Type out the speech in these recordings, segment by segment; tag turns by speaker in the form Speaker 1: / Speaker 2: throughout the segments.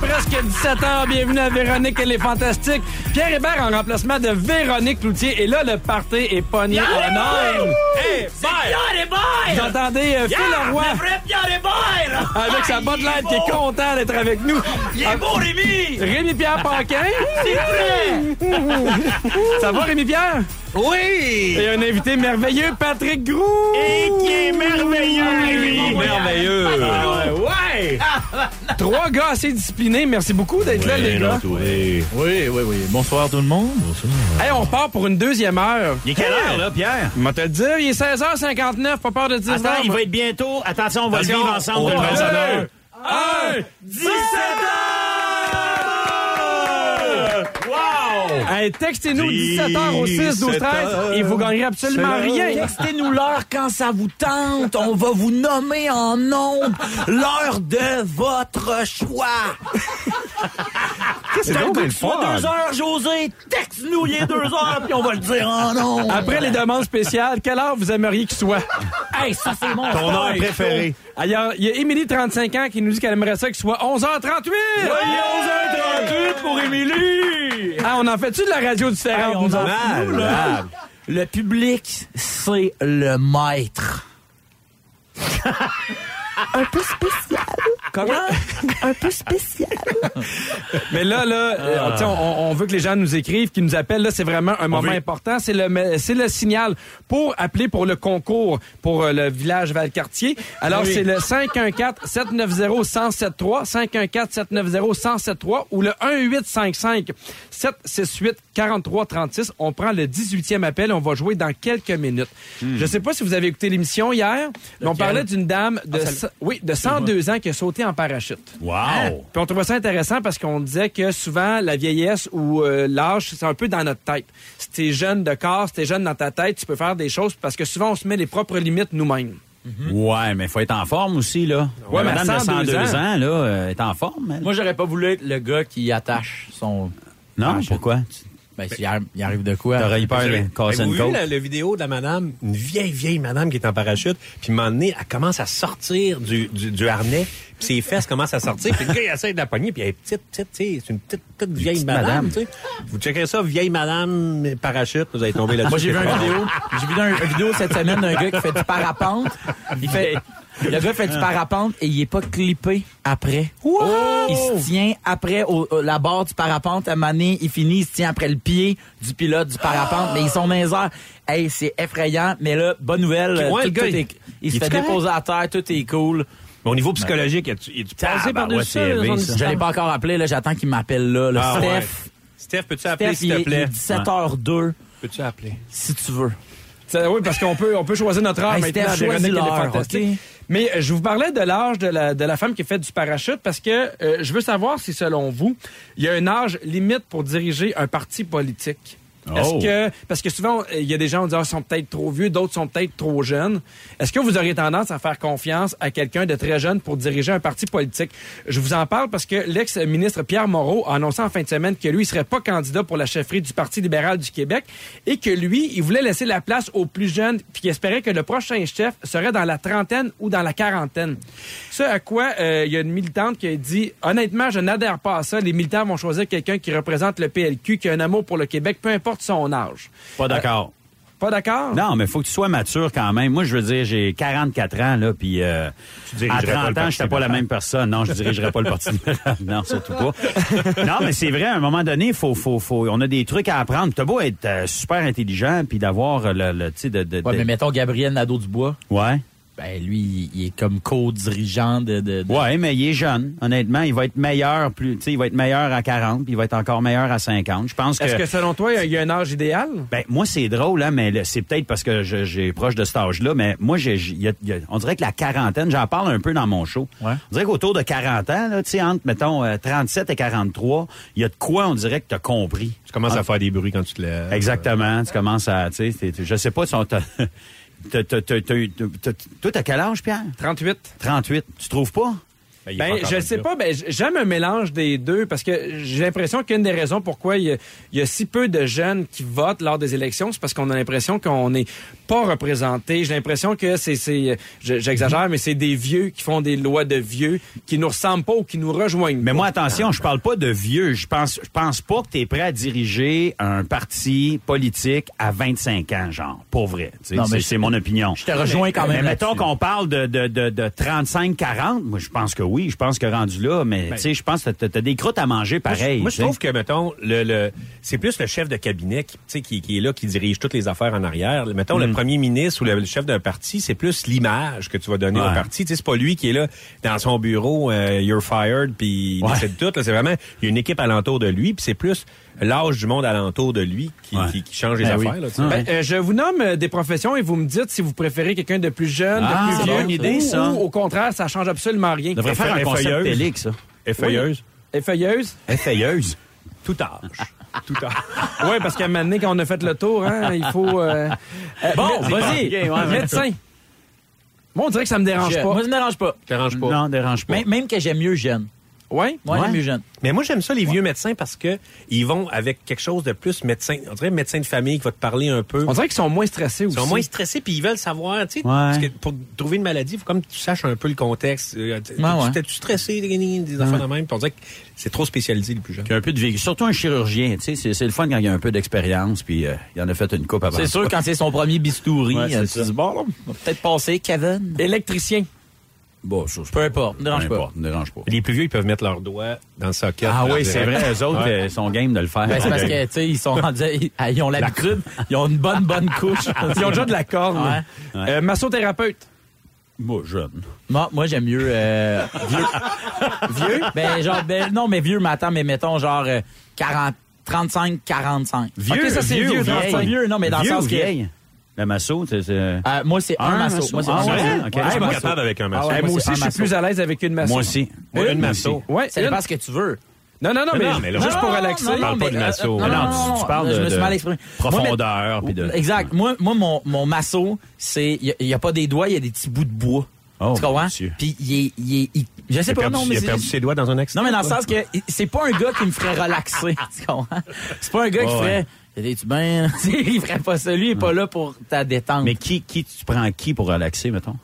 Speaker 1: Presque 17 h bienvenue à Véronique, elle est fantastique. Pierre Hébert en remplacement de Véronique Loutier. Et là, le party est pogné en or. Hey, Vous entendez euh, Phil Leroy avec sa botte lettre qui est content d'être avec nous. Ah, Rémi-Pierre Paquin.
Speaker 2: euh,
Speaker 1: Ça va, Rémi-Pierre?
Speaker 3: Oui!
Speaker 1: Et un invité merveilleux, Patrick Groux. Et qui est merveilleux,
Speaker 3: merveilleux!
Speaker 1: Ouais! Trois gars assez disciplinés. Merci beaucoup d'être là, les gars.
Speaker 3: Oui, oui, oui. Bonsoir tout le monde. Bonsoir.
Speaker 1: Hey, on part pour une deuxième heure.
Speaker 2: Il est quelle heure, là, Pierre?
Speaker 1: Je vais te le dire, il est 16h59, pas peur de 19h.
Speaker 2: Attends, il va être bientôt. Attention, on va le vivre ensemble.
Speaker 1: va le
Speaker 2: demain matin.
Speaker 1: faire. 17
Speaker 2: Wow!
Speaker 1: Hey, textez-nous 17h au 6 12 13 et vous gagnerez absolument rien.
Speaker 3: Euh, Textez-nous l'heure quand ça vous tente. On va vous nommer en nombre l'heure de votre choix. Qu'est-ce que
Speaker 1: donc
Speaker 3: c'est
Speaker 1: bien le fun.
Speaker 3: deux heures, José? Texte-nous les deux heures, puis on va le dire en nombre.
Speaker 1: Après les demandes spéciales, quelle heure vous aimeriez qu'il soit?
Speaker 3: Hey, ça, c'est mon
Speaker 2: Ton heure
Speaker 3: style.
Speaker 2: préférée.
Speaker 1: Ailleurs, il y a Émilie, 35 ans, qui nous dit qu'elle aimerait ça qu'il soit 11h38!
Speaker 2: pour Émilie!
Speaker 1: Ah, on en fait-tu de la radio
Speaker 3: Hey,
Speaker 1: différente?
Speaker 3: on
Speaker 1: nous
Speaker 3: en
Speaker 1: autres?
Speaker 3: fout, là.
Speaker 2: Malade.
Speaker 3: Le public, c'est le maître.
Speaker 4: un peu spécial.
Speaker 1: Comment?
Speaker 4: Un peu spécial.
Speaker 1: Mais là, là, euh, tu sais, on, on veut que les gens nous écrivent, qu'ils nous appellent. Là, c'est vraiment un moment
Speaker 2: veut-
Speaker 1: important. C'est le, me- c'est le signal pour appeler pour le concours pour euh, le village Valcartier. Alors, c'est le 514-790-1073, 514-790-1073 ou le 1855-768-4336. On prend le 18e appel. On va jouer dans quelques minutes. Je sais pas si vous avez écouté l'émission hier, mais on parlait d'une dame de, ce- oui, de 102 ans qui a sauté en parachute.
Speaker 2: Wow!
Speaker 1: Puis on trouvait ça intéressant parce qu'on disait que souvent la vieillesse ou euh, l'âge, c'est un peu dans notre tête. Si t'es jeune de corps, si t'es jeune dans ta tête, tu peux faire des choses parce que souvent on se met les propres limites nous-mêmes.
Speaker 2: Ouais, mais faut être en forme aussi, là.
Speaker 1: Ouais,
Speaker 2: La
Speaker 1: mais
Speaker 2: Madame de
Speaker 1: 102
Speaker 2: 102
Speaker 1: ans,
Speaker 2: ans, là, euh, est en forme, elle.
Speaker 3: Moi, j'aurais pas voulu être le gars qui attache son.
Speaker 2: Non,
Speaker 3: Ah, je-
Speaker 2: pourquoi? Tu-
Speaker 3: Ben, s'il arri- il arrive de quoi?
Speaker 2: T'aurais eu peur de casser
Speaker 1: Ben
Speaker 5: Avez-vous
Speaker 2: une
Speaker 5: vu
Speaker 2: côte?
Speaker 5: la, la vidéo de la madame, une vieille, vieille madame qui est en parachute, puis un moment donné, elle commence à sortir du, du, du harnais, puis ses fesses commencent à sortir, puis le gars, il essaie de la pogner, puis elle est petite, petite, tu sais, c'est une petite, petite vieille
Speaker 2: petite madame.
Speaker 5: madame, tu sais. Vous checkerez ça, vieille madame euh, parachute, vous allez tomber là-dessus.
Speaker 3: Moi, j'ai vu
Speaker 5: c'est
Speaker 3: une
Speaker 5: fort.
Speaker 3: vidéo. J'ai vu un- une vidéo cette semaine d'un gars qui fait du parapente. Il fait. Le gars fait du parapente et il est pas clippé après. Il se tient après au- au- la barre du parapente. À Mané, il finit, il se tient après le pied du pilote du
Speaker 5: Ah!
Speaker 3: parapente. Mais ils sont dans les airs. Hey, c'est effrayant. Mais là, bonne nouvelle.
Speaker 5: Ouais,
Speaker 3: tout-
Speaker 5: le gars,
Speaker 3: tout
Speaker 5: il-
Speaker 3: est- il se
Speaker 5: il est
Speaker 3: fait
Speaker 5: correct?
Speaker 3: déposer à terre, tout est cool.
Speaker 5: Mais au niveau psychologique, y tu tu
Speaker 1: Tabarouette,
Speaker 5: passé par-dessus
Speaker 1: c'est
Speaker 5: ça,
Speaker 1: élevé,
Speaker 5: là,
Speaker 1: ça.
Speaker 5: son
Speaker 3: Je l'ai
Speaker 5: histoire?
Speaker 3: pas encore appelé, là, j'attends qu'il m'appelle là. là.
Speaker 5: Ah,
Speaker 3: Steph,
Speaker 5: ouais. Steph, peux-tu appeler,
Speaker 3: Steph, il
Speaker 5: s'il
Speaker 3: est,
Speaker 5: te
Speaker 3: il est
Speaker 5: plaît?
Speaker 3: 17h02,
Speaker 5: Peux-tu appeler?
Speaker 3: si tu veux.
Speaker 1: Ça, oui, parce qu'on peut, on peut choisir notre heure
Speaker 3: Hey,
Speaker 1: maintenant.
Speaker 3: Steph,
Speaker 1: Véronique,
Speaker 3: choisis
Speaker 1: elle est
Speaker 3: l'heure,
Speaker 1: fantastique.
Speaker 3: ok?
Speaker 1: Mais euh, je vous parlais de l'âge de la, de la femme qui fait du parachute parce que euh, je veux savoir si, selon vous, il y a un âge limite pour diriger un parti politique.
Speaker 2: Oh.
Speaker 1: Est-ce que parce que souvent on- il y a des gens qui disent Ah, ils sont peut-être trop vieux, d'autres sont peut-être trop jeunes. Est-ce que vous aurez tendance à faire confiance à quelqu'un de très jeune pour diriger un parti politique Je vous en parle parce que l'ex-ministre Pierre Moreau a annoncé en fin de semaine que lui il serait pas candidat pour la chefferie du Parti libéral du Québec et que lui, il voulait laisser la place aux plus jeunes puis qu'il espérait que le prochain chef serait dans la trentaine ou dans la quarantaine. Ce à quoi euh, il y a une militante qui a dit honnêtement, je n'adhère pas à ça, les militants vont choisir quelqu'un qui représente le PLQ qui a un amour pour le Québec peu importe son âge.
Speaker 2: Pas d'accord.
Speaker 1: Pas d'accord?
Speaker 2: Euh, Non, mais faut que tu sois mature quand même. Moi, je veux dire, j'ai 44 ans, là, puis euh, à
Speaker 6: dirigerais pas le
Speaker 2: 30 ans,
Speaker 6: Parti
Speaker 2: je n'étais pas la
Speaker 6: libéral.
Speaker 2: même personne. Non, je dirigerais pas le Parti libéral. Non, surtout pas. Non, mais c'est vrai, à un moment donné, faut, faut, faut, on a des trucs à apprendre. T'as beau être euh, super intelligent, puis d'avoir euh, le, le tu sais, de... de,
Speaker 3: Ouais,
Speaker 2: de-
Speaker 3: mais mettons Gabriel Nadeau-Dubois.
Speaker 2: Ouais.
Speaker 3: Ben, lui, il- il est comme co-dirigeant de. de, de-
Speaker 2: Ouais, mais il est jeune. Honnêtement, il va être meilleur plus, tu sais, il va être meilleur à 40, puis il va être encore meilleur à 50. Je pense
Speaker 1: Est-ce que selon toi, il y a un âge idéal?
Speaker 2: Ben, moi, c'est drôle, hein, mais le- c'est peut-être parce que je- j'ai proche de cet âge-là, mais moi, j'ai, j'ai- il y a- il y a- on dirait que la quarantaine, j'en parle un peu dans mon show.
Speaker 3: Ouais.
Speaker 2: On dirait qu'autour de 40 ans, là, tu sais, entre, mettons, euh, 37 et 43, il y a de quoi, on dirait que tu as compris.
Speaker 5: Tu commences à faire des bruits quand tu te lèves.
Speaker 2: Exactement. Tu commences à, tu sais, t'es- t'es- je sais pas si on t'a... t'as- t'as- t'as- t'as- t'as- Toi, t'as quel âge, Pierre?
Speaker 1: 38.
Speaker 2: 38. Tu trouves pas?
Speaker 5: il est pas
Speaker 1: Ben,
Speaker 5: encore
Speaker 1: je ne
Speaker 5: rendu
Speaker 1: sais
Speaker 5: là.
Speaker 1: pas, ben, j- j'aime un mélange des deux parce que j'ai l'impression qu'une des raisons pourquoi il y, a, il y a si peu de jeunes qui votent lors des élections, c'est parce qu'on a l'impression qu'on n'est pas représenté. J'ai l'impression que c'est, c'est je- j'exagère, mais c'est des vieux qui font des lois de vieux qui nous ressemblent pas ou qui nous rejoignent.
Speaker 2: Mais
Speaker 1: pas.
Speaker 2: moi, attention, je parle pas de vieux. Je pense, je pense pas que tu es prêt à diriger un parti politique à 25 ans, genre. Pour vrai. Tu sais,
Speaker 3: Non, mais
Speaker 2: c'est,
Speaker 3: je-
Speaker 2: c'est mon opinion. Je
Speaker 3: te rejoins quand même
Speaker 2: Mais mettons
Speaker 3: là-dessus.
Speaker 2: qu'on parle de, de, de, de 35-40, moi, je pense que oui. Je pense que rendu là, mais
Speaker 3: Ben
Speaker 2: tu sais, je pense que t'as, t'as des croûtes à manger pareil.
Speaker 5: Moi, je
Speaker 2: tu sais.
Speaker 5: trouve que, mettons, le, le- c'est plus le chef de cabinet qui, tu sais, qui, qui est là, qui dirige toutes les affaires en arrière. Mettons,
Speaker 2: Mm.
Speaker 5: le premier ministre ou le, le chef d'un parti, c'est plus l'image que tu vas donner
Speaker 2: Ouais.
Speaker 5: au parti. Tu sais, c'est pas lui qui est là dans son bureau, euh, you're fired, puis il
Speaker 2: Ouais.
Speaker 5: décide tout. là. C'est vraiment, il y a une équipe alentour de lui, puis c'est plus l'âge du monde alentour de lui qui,
Speaker 2: Ouais.
Speaker 5: qui- qui change les
Speaker 2: Ben oui.
Speaker 5: affaires. là, tu sais.
Speaker 2: Ah.
Speaker 1: Ben, euh, je vous nomme euh, des professions et vous me dites si vous préférez quelqu'un de plus jeune,
Speaker 2: Ah,
Speaker 1: de plus
Speaker 2: c'est
Speaker 1: vieux,
Speaker 2: bon, une idée,
Speaker 1: ou,
Speaker 2: ça.
Speaker 1: ou au contraire, ça change absolument rien.
Speaker 2: On devrait faire un
Speaker 5: Effeuilleuse.
Speaker 2: concept télé, que ça.
Speaker 5: Effeuilleuse.
Speaker 1: Et feuilleuse?
Speaker 2: Effeuilleuse.
Speaker 5: Tout âge. Tout âge.
Speaker 1: Oui, parce qu'à un moment donné, quand on a fait le tour, hein, il faut. euh, euh,
Speaker 3: Bon,
Speaker 1: mé-
Speaker 3: vas-y.
Speaker 1: Ok, ouais, ouais. médecin. Moi, on dirait que ça me dérange
Speaker 3: Je-
Speaker 1: pas.
Speaker 3: Moi, ça me dérange pas.
Speaker 5: Je te dérange pas.
Speaker 2: Non, dérange pas.
Speaker 3: Même, même que j'aime mieux jeune.
Speaker 1: Oui?
Speaker 3: Moi,
Speaker 2: Ouais.
Speaker 3: j'aime mieux jeune.
Speaker 5: Mais moi, j'aime ça, les vieux médecins, parce que ils vont avec quelque chose de plus médecin. On dirait médecin de famille qui va te parler un peu.
Speaker 1: On dirait qu'ils sont moins stressés aussi.
Speaker 5: Ils sont moins stressés puis ils veulent savoir, tu sais,
Speaker 2: Ouais.
Speaker 5: parce que pour trouver une maladie, il faut comme que tu saches un peu le contexte. Euh, t-
Speaker 3: Ouais, ouais.
Speaker 5: T'es-tu stressé des, des enfants de même? Puis on dirait que c'est trop spécialisé les plus jeunes.
Speaker 2: Qu'il y a un peu de vécu. Surtout un chirurgien, tu sais, c'est, c'est le fun quand il y a un peu d'expérience, puis euh, il en a fait une coupe avant.
Speaker 3: C'est sûr, quand c'est son premier bistouri,
Speaker 2: Ouais, c'est
Speaker 3: euh,
Speaker 2: ça.
Speaker 3: tu dis, bon, là, on va peut-être passer, Kevin.
Speaker 1: Électricien.
Speaker 2: Bon, ça, c'est
Speaker 3: Peu importe, ne dérange
Speaker 2: Peu
Speaker 3: pas.
Speaker 2: importe, ne dérange pas.
Speaker 5: Les plus vieux, ils peuvent mettre leurs doigts dans le socket.
Speaker 2: Ah
Speaker 5: Leur
Speaker 2: oui, c'est
Speaker 5: direct.
Speaker 2: vrai, eux autres
Speaker 5: Ouais.
Speaker 2: euh, sont game de le faire.
Speaker 3: Ben, c'est parce
Speaker 2: Donc,
Speaker 3: que, tu sais, ils sont rendus, ils, ah, ils ont l'habitude, ils ont une bonne, bonne couche.
Speaker 1: Ils ont déjà de la corne.
Speaker 2: Ouais.
Speaker 1: Euh, massothérapeute.
Speaker 2: Moi, jeune.
Speaker 3: Moi, moi j'aime mieux euh, vieux. vieux? Ben, genre, ben, non, mais vieux, mais attends, mais mettons, genre, euh, 40, 35, 45.
Speaker 2: Vieux,
Speaker 1: Ok, ça, c'est vieux,
Speaker 2: ou
Speaker 1: 35.
Speaker 2: vieille?
Speaker 3: Vieux, non, mais dans le
Speaker 2: Vieux
Speaker 3: sens
Speaker 2: ou
Speaker 3: que-
Speaker 2: vieille. La masso, c'est... c'est-
Speaker 3: Euh, moi, c'est un,
Speaker 2: Un
Speaker 3: masso.
Speaker 2: masso.
Speaker 3: Moi, c'est
Speaker 2: Ah,
Speaker 3: un
Speaker 2: ouais?
Speaker 3: masso.
Speaker 2: Ok.
Speaker 5: Je suis
Speaker 2: Ouais,
Speaker 5: pas
Speaker 2: moi,
Speaker 5: capable avec un
Speaker 1: Ah
Speaker 5: maçon.
Speaker 1: ouais, moi
Speaker 3: moi, c'est
Speaker 1: aussi,
Speaker 3: un
Speaker 1: je suis
Speaker 3: masso.
Speaker 1: plus à l'aise avec une masso.
Speaker 2: moi aussi.
Speaker 5: Une
Speaker 2: Moi aussi.
Speaker 5: masso.
Speaker 1: Ouais,
Speaker 3: Ça
Speaker 1: une-
Speaker 3: dépend ce que tu veux.
Speaker 1: Non, non, non, mais,
Speaker 5: non, mais là,
Speaker 1: juste
Speaker 3: Non,
Speaker 1: pour
Speaker 3: non,
Speaker 1: relaxer.
Speaker 3: non, non,
Speaker 5: Parle pas
Speaker 3: mais,
Speaker 5: de masso.
Speaker 3: euh,
Speaker 2: Mais non, tu- tu
Speaker 3: je
Speaker 2: parles de-
Speaker 3: me suis
Speaker 2: de
Speaker 3: mal exprimé.
Speaker 2: profondeur,
Speaker 3: Moi,
Speaker 2: puis de-
Speaker 3: Exact. Moi, moi mon, mon masso, c'est. Il n'y a, pas des doigts, il y a des petits bouts de bois.
Speaker 2: Oh,
Speaker 3: tu comprends?
Speaker 2: mon Dieu.
Speaker 3: Puis il est. il est- il- Je sais
Speaker 5: Il a
Speaker 3: pas,
Speaker 5: perdu,
Speaker 3: Ah, non, mais
Speaker 5: il a
Speaker 3: c'est
Speaker 5: perdu
Speaker 3: juste-
Speaker 5: ses doigts dans un accident.
Speaker 3: Non, mais dans le sens que c'est pas un gars qui me ferait relaxer. Tu comprends? C'est pas un gars qui
Speaker 2: Oh, Ouais,
Speaker 3: ferait. Tu bien? Tu sais, il ferait pas ça. Lui, il est pas là pour ta détente.
Speaker 2: Mais qui, qui, tu prends qui pour relaxer, mettons?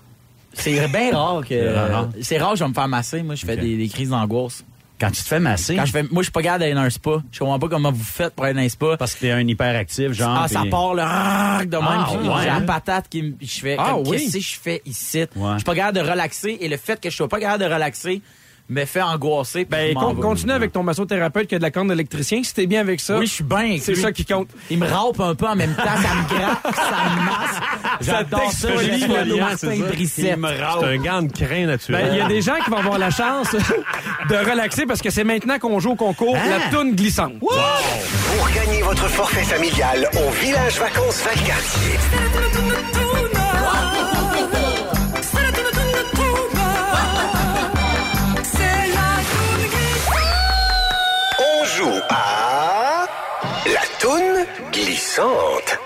Speaker 3: C'est bien rare que.
Speaker 2: C'est rare.
Speaker 3: C'est rare que je vais me faire masser. Moi, je fais
Speaker 2: Ah, Ok.
Speaker 3: des, des crises d'angoisse.
Speaker 2: Quand tu te fais masser,
Speaker 3: Quand je fais. Moi, je suis pas capable d'aller dans un spa. Je comprends pas comment vous faites pour aller dans un spa.
Speaker 2: parce que t'es un hyperactif, genre...
Speaker 3: Ah, ça
Speaker 2: puis-
Speaker 3: part le arc de même.
Speaker 2: Ah,
Speaker 3: puis
Speaker 2: ouais,
Speaker 3: J'ai la
Speaker 2: hein?
Speaker 3: patate qui me. Je fais.
Speaker 1: Ah,
Speaker 3: comme,
Speaker 1: oui.
Speaker 3: Qu'est-ce que je fais ici?
Speaker 2: Ouais.
Speaker 3: Je suis pas capable de relaxer et le fait que je sois pas capable de relaxer me fait angoisser. puis je
Speaker 1: Ben,
Speaker 3: m'en
Speaker 1: con-
Speaker 3: vais.
Speaker 1: continue avec ton massothérapeute qui a de la corne d'électricien. Si t'es bien avec ça,
Speaker 3: Oui, je suis bien. avec
Speaker 1: c'est
Speaker 3: lui.
Speaker 1: ça qui compte.
Speaker 3: Il me rampe un peu en même temps, ça me gratte, ça me masse. J'adore ça,
Speaker 5: Joli
Speaker 3: je suis le
Speaker 5: Lilian,
Speaker 3: Martin
Speaker 5: c'est ça.
Speaker 3: Brissette.
Speaker 5: Ah, C'est un gant de crin
Speaker 1: Ben, il
Speaker 5: naturel.
Speaker 1: y a des gens qui vont avoir la chance de relaxer parce que c'est maintenant qu'on joue au concours la toune glissante.
Speaker 7: Pour gagner votre forfait familial au Village Vacances Valcartier. On joue à la toune glissante.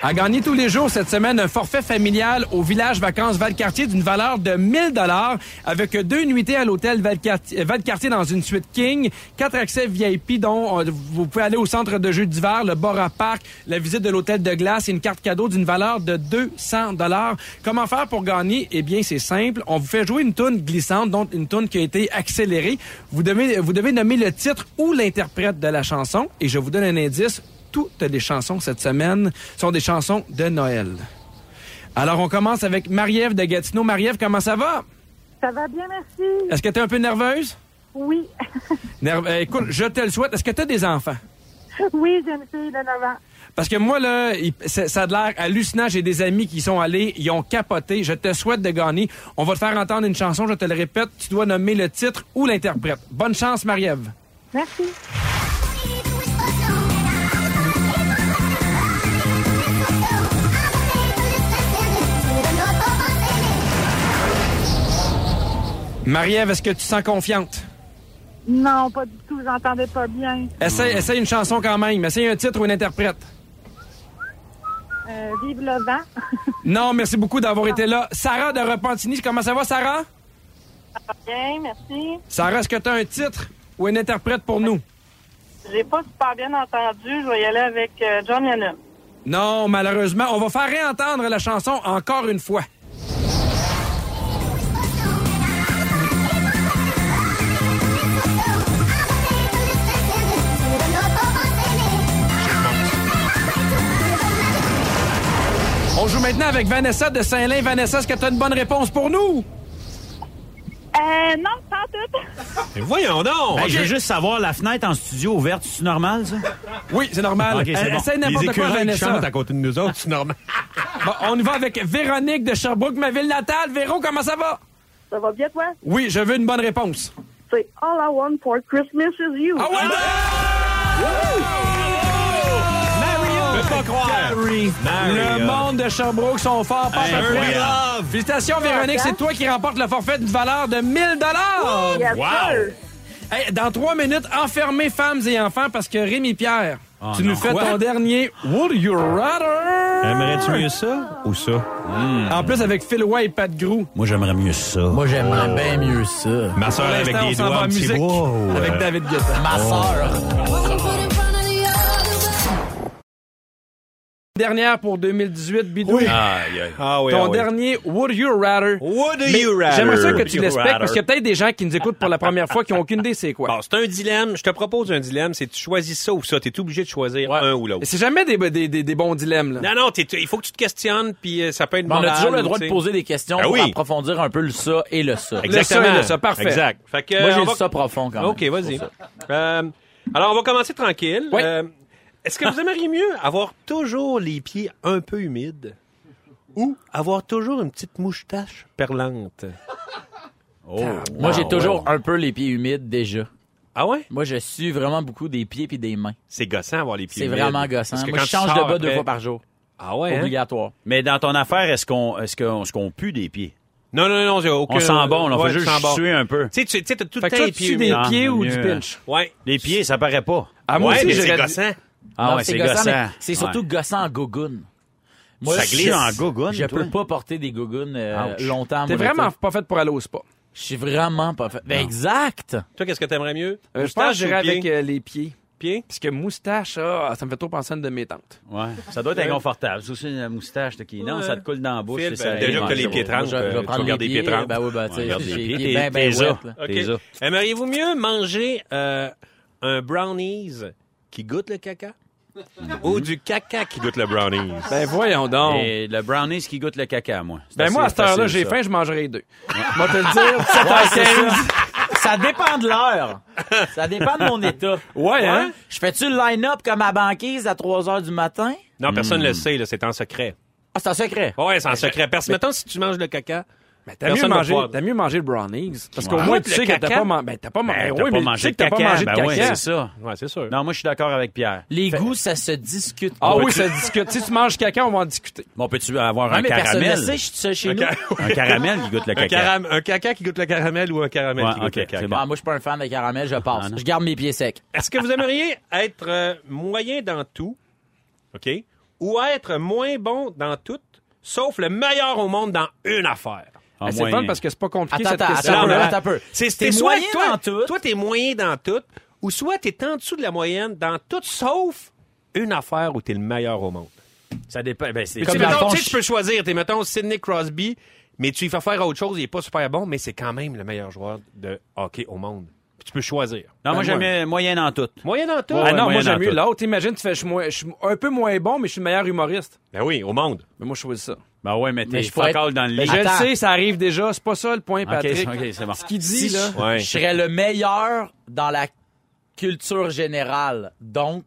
Speaker 1: À gagner tous les jours cette semaine un forfait familial au village vacances Valcartier d'une valeur de 1000 dollars avec deux nuitées à l'hôtel Valcartier, Valcartier dans une suite King, quatre accès VIP dont euh, vous pouvez aller au centre de jeux d'hiver, le bar à parc, la visite de l'hôtel de glace et une carte cadeau d'une valeur de 200 dollars. Comment faire pour gagner Eh bien, c'est simple, on vous fait jouer une toune glissante, donc une toune qui a été accélérée. Vous devez vous devez nommer le titre ou l'interprète de la chanson et je vous donne un indice tout toutes les chansons cette semaine sont des chansons de Noël. Alors, on commence avec Marie-Ève de Gatineau. Marie-Ève, comment ça va?
Speaker 6: Ça va bien, merci.
Speaker 1: Est-ce que tu es un peu nerveuse?
Speaker 6: Oui.
Speaker 1: Nerve- euh, Écoute, je te le souhaite. Est-ce que tu as des enfants?
Speaker 6: oui, j'ai une fille de 9 ans.
Speaker 1: Parce que moi, là, il- ça ça a de l'air hallucinant. J'ai des amis qui sont allés, ils ont capoté. Je te souhaite de gagner. On va te faire entendre une chanson, je te le répète. Tu dois nommer le titre ou l'interprète. Bonne chance, Marie-Ève.
Speaker 6: Merci.
Speaker 1: Marie-Ève, est-ce que tu te sens confiante?
Speaker 6: Non, pas du tout, j'entendais pas bien.
Speaker 1: Essaye, essaye une chanson quand même. Essaye un titre ou une interprète.
Speaker 6: Euh, vive le vent.
Speaker 1: Non, merci beaucoup d'avoir été là. Sarah de Repentigny, comment ça va, Sarah?
Speaker 6: bien, merci.
Speaker 1: Sarah, est-ce que tu as un titre ou une interprète pour nous?
Speaker 6: J'ai pas super bien entendu. Je vais y aller avec euh, John Lennon.
Speaker 1: Non, malheureusement. On va faire réentendre la chanson encore une fois. On joue maintenant avec Vanessa de Saint-Lin. Vanessa, est-ce que tu as une bonne réponse pour nous?
Speaker 6: Euh, non, pas tout.
Speaker 5: Mais Ben, voyons donc!
Speaker 2: Hey,
Speaker 5: OK.
Speaker 2: Je veux juste savoir, la fenêtre en studio ouverte, c'est normal, ça?
Speaker 1: Oui, c'est normal.
Speaker 2: Ok, c'est
Speaker 1: Elle-
Speaker 2: bon.
Speaker 1: Essaye
Speaker 5: Les
Speaker 1: n'importe quoi,
Speaker 5: écureuils qui
Speaker 1: Vanessa.
Speaker 5: chantent à côté de nous autres, c'est normal.
Speaker 1: Bon, on y va avec Véronique de Sherbrooke, ma ville natale. Véro, comment ça va?
Speaker 6: Ça va bien, toi?
Speaker 1: Oui, je veux une bonne réponse.
Speaker 6: C'est All I Want for Christmas is You.
Speaker 1: Ah ouais?
Speaker 5: Je peux pas croire!
Speaker 1: Le
Speaker 3: euh,
Speaker 5: Maria.
Speaker 1: monde de Sherbrooke sont forts. Pas à peu près. Félicitations, Véronique. C'est toi qui remporte le forfait d'une valeur de 1000 dollars.
Speaker 6: Yes,
Speaker 5: Wow!
Speaker 6: sir.
Speaker 1: dans trois minutes, enfermez femmes et enfants parce que Rémi Pierre,
Speaker 5: Ah,
Speaker 2: Oh
Speaker 1: tu
Speaker 2: non.
Speaker 1: nous fais
Speaker 2: Quoi?
Speaker 1: ton dernier Would You Rather.
Speaker 3: euh,
Speaker 5: Aimerais-tu mieux ça ou ça?
Speaker 1: En plus, avec Phil Way et Pat Grou.
Speaker 2: Moi, j'aimerais mieux ça.
Speaker 3: Moi, j'aimerais bien mieux ça.
Speaker 5: Ma soeur
Speaker 1: Pour
Speaker 5: Ah, avec
Speaker 1: l'instant, on
Speaker 5: des
Speaker 1: s'en va
Speaker 5: doigts,
Speaker 1: en
Speaker 5: petit
Speaker 1: musique
Speaker 5: wow,
Speaker 1: avec
Speaker 5: euh,
Speaker 1: David Guetta.
Speaker 3: Ma sœur.
Speaker 1: Dernière pour 2018, Bidou.
Speaker 5: Aïe, aïe. Ah oui,
Speaker 1: Ton
Speaker 5: ah oui.
Speaker 1: dernier Would You Rather.
Speaker 5: Would
Speaker 1: Mais
Speaker 5: you rather?
Speaker 1: J'aimerais ça que tu
Speaker 5: You
Speaker 1: l'expliques
Speaker 5: rather. Ah,
Speaker 1: parce qu'il y a peut-être des gens qui nous écoutent pour la première fois qui n'ont aucune idée c'est quoi.
Speaker 5: Bon, c'est un dilemme. Je te propose un dilemme. C'est tu choisis ça ou ça. T'es obligé de choisir un ou l'autre.
Speaker 1: C'est jamais des, des, des, des bons dilemmes. Là.
Speaker 5: Non, non, t'es- il faut que tu te questionnes, puis euh, ça peut être
Speaker 3: Mais on a
Speaker 5: moral,
Speaker 3: toujours le
Speaker 5: ou,
Speaker 3: droit
Speaker 5: tu
Speaker 3: de
Speaker 5: sais.
Speaker 3: poser des questions
Speaker 5: Ah
Speaker 3: pour
Speaker 5: oui.
Speaker 3: approfondir un peu le ça et le ça.
Speaker 1: Exact.
Speaker 5: Exactement.
Speaker 1: Le ça et le ça, parfait.
Speaker 5: Exact. Fait que,
Speaker 3: Moi,
Speaker 5: euh,
Speaker 3: j'ai
Speaker 5: on
Speaker 3: le
Speaker 5: va-
Speaker 3: ça profond quand même.
Speaker 5: OK, vas-y. Euh, alors, on va commencer tranquille.
Speaker 1: Oui.
Speaker 5: Euh, Est-ce que vous aimeriez mieux avoir toujours les pieds un peu humides ou avoir toujours une petite moustache perlante?
Speaker 2: Ah
Speaker 3: Moi, j'ai toujours un peu les pieds humides déjà.
Speaker 5: Ah ouais?
Speaker 3: Moi, je sue vraiment beaucoup des pieds puis des mains.
Speaker 5: C'est gossant avoir les pieds
Speaker 3: C'est
Speaker 5: humides.
Speaker 3: vraiment gossant.
Speaker 5: Parce que
Speaker 3: Moi,
Speaker 5: quand
Speaker 3: je
Speaker 5: tu
Speaker 3: change de
Speaker 5: sors
Speaker 3: bas deux
Speaker 5: après-
Speaker 3: fois par jour.
Speaker 5: Ah ouais? hein?
Speaker 3: Obligatoire.
Speaker 2: Mais dans ton affaire, est-ce qu'on est-ce qu'on est-ce qu'on pue des pieds?
Speaker 5: Non, non, non, j'ai aucun...
Speaker 2: On sent bon, on
Speaker 5: Ouais,
Speaker 2: fait
Speaker 5: tu
Speaker 2: juste
Speaker 5: sens bon.
Speaker 2: suer un peu.
Speaker 5: Tu sais, tu- tu sais, t'as tout le
Speaker 1: Fait que
Speaker 5: temps
Speaker 1: toi,
Speaker 5: les
Speaker 1: tu
Speaker 5: pieds
Speaker 1: des
Speaker 5: humides.
Speaker 2: humides.
Speaker 1: pieds
Speaker 2: Ah,
Speaker 1: ou
Speaker 2: mieux,
Speaker 1: du pinch?
Speaker 5: Ouais.
Speaker 2: Les pieds, ça paraît pas.
Speaker 1: Ah,
Speaker 5: ouais, mais c'est
Speaker 1: j'aurais-
Speaker 5: gossant.
Speaker 2: Ah
Speaker 3: Non,
Speaker 2: ouais,
Speaker 3: c'est
Speaker 2: c'est
Speaker 3: gossant,
Speaker 2: gossant.
Speaker 3: mais c'est surtout
Speaker 2: Ouais.
Speaker 3: gossant en gougoune. Moi,
Speaker 2: Ça
Speaker 3: je-
Speaker 2: glisse en gougoune,
Speaker 3: Je
Speaker 2: toi?
Speaker 3: peux pas porter des gougounes euh,
Speaker 2: Ouch.
Speaker 3: longtemps.
Speaker 1: T'es
Speaker 3: moi,
Speaker 1: vraiment
Speaker 3: l'été.
Speaker 1: pas faite pour aller au spa.
Speaker 3: Je suis vraiment pas fait. Ben, exact!
Speaker 5: Toi, qu'est-ce que t'aimerais mieux?
Speaker 1: Euh, je pense que
Speaker 5: Moustache
Speaker 1: j'irai
Speaker 5: ou pieds?
Speaker 1: avec euh, les pieds.
Speaker 5: Pieds?
Speaker 1: Parce que moustache, ah, ça me fait trop penser à une de mes tantes.
Speaker 2: Ouais. Ça doit être inconfortable. C'est aussi la moustache là, qui. Non,
Speaker 5: Ouais.
Speaker 2: ça te coule dans la bouche.
Speaker 5: Phil,
Speaker 2: c'est
Speaker 5: ben,
Speaker 2: ça,
Speaker 5: déjà
Speaker 2: ouais,
Speaker 5: que les
Speaker 2: c'est
Speaker 5: pieds
Speaker 2: bon.
Speaker 5: trempent,
Speaker 3: Moi, je,
Speaker 5: euh,
Speaker 3: je vais
Speaker 5: tu
Speaker 3: prendre les
Speaker 5: regardes les pieds
Speaker 3: pieds.
Speaker 5: trempes.
Speaker 3: ben oui, ben, tu
Speaker 2: Ouais,
Speaker 3: sais,
Speaker 2: regarde les
Speaker 3: j'ai
Speaker 2: pieds,
Speaker 3: pieds ben,
Speaker 2: t'es
Speaker 3: ben,
Speaker 2: ça.
Speaker 3: wet, là.
Speaker 5: OK.
Speaker 2: T'es ça.
Speaker 5: Aimeriez-vous mieux manger euh, un brownies qui goûte le caca ou du caca qui goûte le brownies?
Speaker 1: Ben voyons donc.
Speaker 2: Et le brownies qui goûte le caca, moi. Eh, C'est
Speaker 1: Ben moi, à
Speaker 2: assez
Speaker 1: cette heure-là,
Speaker 2: facile,
Speaker 1: j'ai
Speaker 2: ça.
Speaker 1: faim, je mangerai les deux. Moi, te le dire, 7h15.
Speaker 3: Ça dépend de l'heure. Ça dépend de mon état.
Speaker 1: Ouais, hein?
Speaker 3: Je fais-tu le line-up comme à banquise à 3 heures du matin?
Speaker 5: Non, personne ne le sait, là, c'est en secret.
Speaker 3: Ah, c'est un secret.
Speaker 5: Ouais, c'est en secret. Personne. Mettons, si tu manges le caca,
Speaker 1: Ben, t'as mieux,
Speaker 5: Personne va
Speaker 1: mangé-
Speaker 5: pouvoir.
Speaker 1: t'as mieux mangé le brownies. Parce qu'au
Speaker 2: Ouais.
Speaker 1: moins,
Speaker 5: Ouais,
Speaker 1: tu
Speaker 5: le
Speaker 1: sais que t'as
Speaker 5: caca.
Speaker 1: pas mangé. Ben, t'as pas, man-
Speaker 2: Ben,
Speaker 1: oui,
Speaker 2: t'as
Speaker 1: mais
Speaker 2: pas
Speaker 1: tu
Speaker 2: mangé
Speaker 1: sais
Speaker 2: de
Speaker 1: que t'as pas
Speaker 2: caca.
Speaker 1: mangé de
Speaker 2: Ben ouais,
Speaker 1: caca.
Speaker 2: c'est ça.
Speaker 5: ouais, c'est sûr.
Speaker 2: Non, moi, je suis d'accord avec Pierre.
Speaker 3: Les goûts, ça se discute.
Speaker 1: Ah
Speaker 3: pas.
Speaker 1: oui, ça discute. Si tu manges caca, on va en discuter.
Speaker 2: Bon, peux-tu avoir
Speaker 3: Ouais,
Speaker 2: un
Speaker 3: mais personne ne le sait,
Speaker 2: caramel?
Speaker 3: je suis seul chez
Speaker 5: ca-
Speaker 3: nous.
Speaker 2: Un caramel qui goûte le
Speaker 5: Un,
Speaker 2: caca.
Speaker 5: caram- un caca qui goûte le caramel ou un caramel
Speaker 2: Ouais,
Speaker 5: qui goûte
Speaker 2: ok,
Speaker 5: le caca?
Speaker 2: c'est bon.
Speaker 3: Ah, moi, je suis pas un fan de caramel, je passe.
Speaker 2: Ah, non.
Speaker 3: je garde mes pieds secs.
Speaker 5: Est-ce que vous aimeriez être euh, moyen dans tout, OK, ou être moins bon dans tout, sauf le meilleur au monde dans une affaire?
Speaker 2: Ah,
Speaker 1: Ben, c'est
Speaker 2: moyen.
Speaker 1: fun parce que c'est pas compliqué
Speaker 3: Attends,
Speaker 1: cette
Speaker 3: attends,
Speaker 1: question.
Speaker 3: attends,
Speaker 5: mais-
Speaker 3: attends un peu.
Speaker 5: C'est
Speaker 3: T'es
Speaker 5: t'es soit-
Speaker 3: moyen
Speaker 5: toi,
Speaker 3: dans tout.
Speaker 5: Toi, t'es moyen dans tout, ou soit t'es en dessous de la moyenne dans tout, sauf une affaire où t'es le meilleur au monde.
Speaker 2: Ça dépend. Ben, c'est
Speaker 5: Tu sais,
Speaker 3: dans
Speaker 5: mettons,
Speaker 3: le fond,
Speaker 5: tu sais,
Speaker 3: je-
Speaker 5: tu peux choisir. T'es, mettons, Sidney Crosby, mais tu lui fais faire autre chose, il est pas super bon, mais c'est quand même le meilleur joueur de hockey au monde. puis tu peux choisir.
Speaker 2: Non, moi,
Speaker 1: Ben,
Speaker 2: j'aime
Speaker 1: ouais.
Speaker 2: mieux moyenne en tout.
Speaker 5: Moyenne en tout.
Speaker 1: ah non, moi
Speaker 2: moyenne en
Speaker 1: j'aime mieux
Speaker 2: tout.
Speaker 1: l'autre. Imagine, tu fais, je suis, moins- je suis un peu moins bon, mais je suis le meilleur humoriste.
Speaker 5: Ben oui, au monde.
Speaker 1: Mais moi, je choisis ça.
Speaker 2: Ben ouais, mais
Speaker 3: Mais
Speaker 2: t'es
Speaker 3: je pourrais-
Speaker 2: focal dans le
Speaker 1: Je
Speaker 2: lit.
Speaker 1: le
Speaker 3: Attends.
Speaker 1: sais, ça arrive déjà. C'est pas ça le point,
Speaker 2: Ok,
Speaker 1: Patrick.
Speaker 2: ok, c'est bon.
Speaker 1: Ce qu'il dit, là.
Speaker 5: Ouais.
Speaker 3: Je serais le meilleur dans la culture générale. Donc,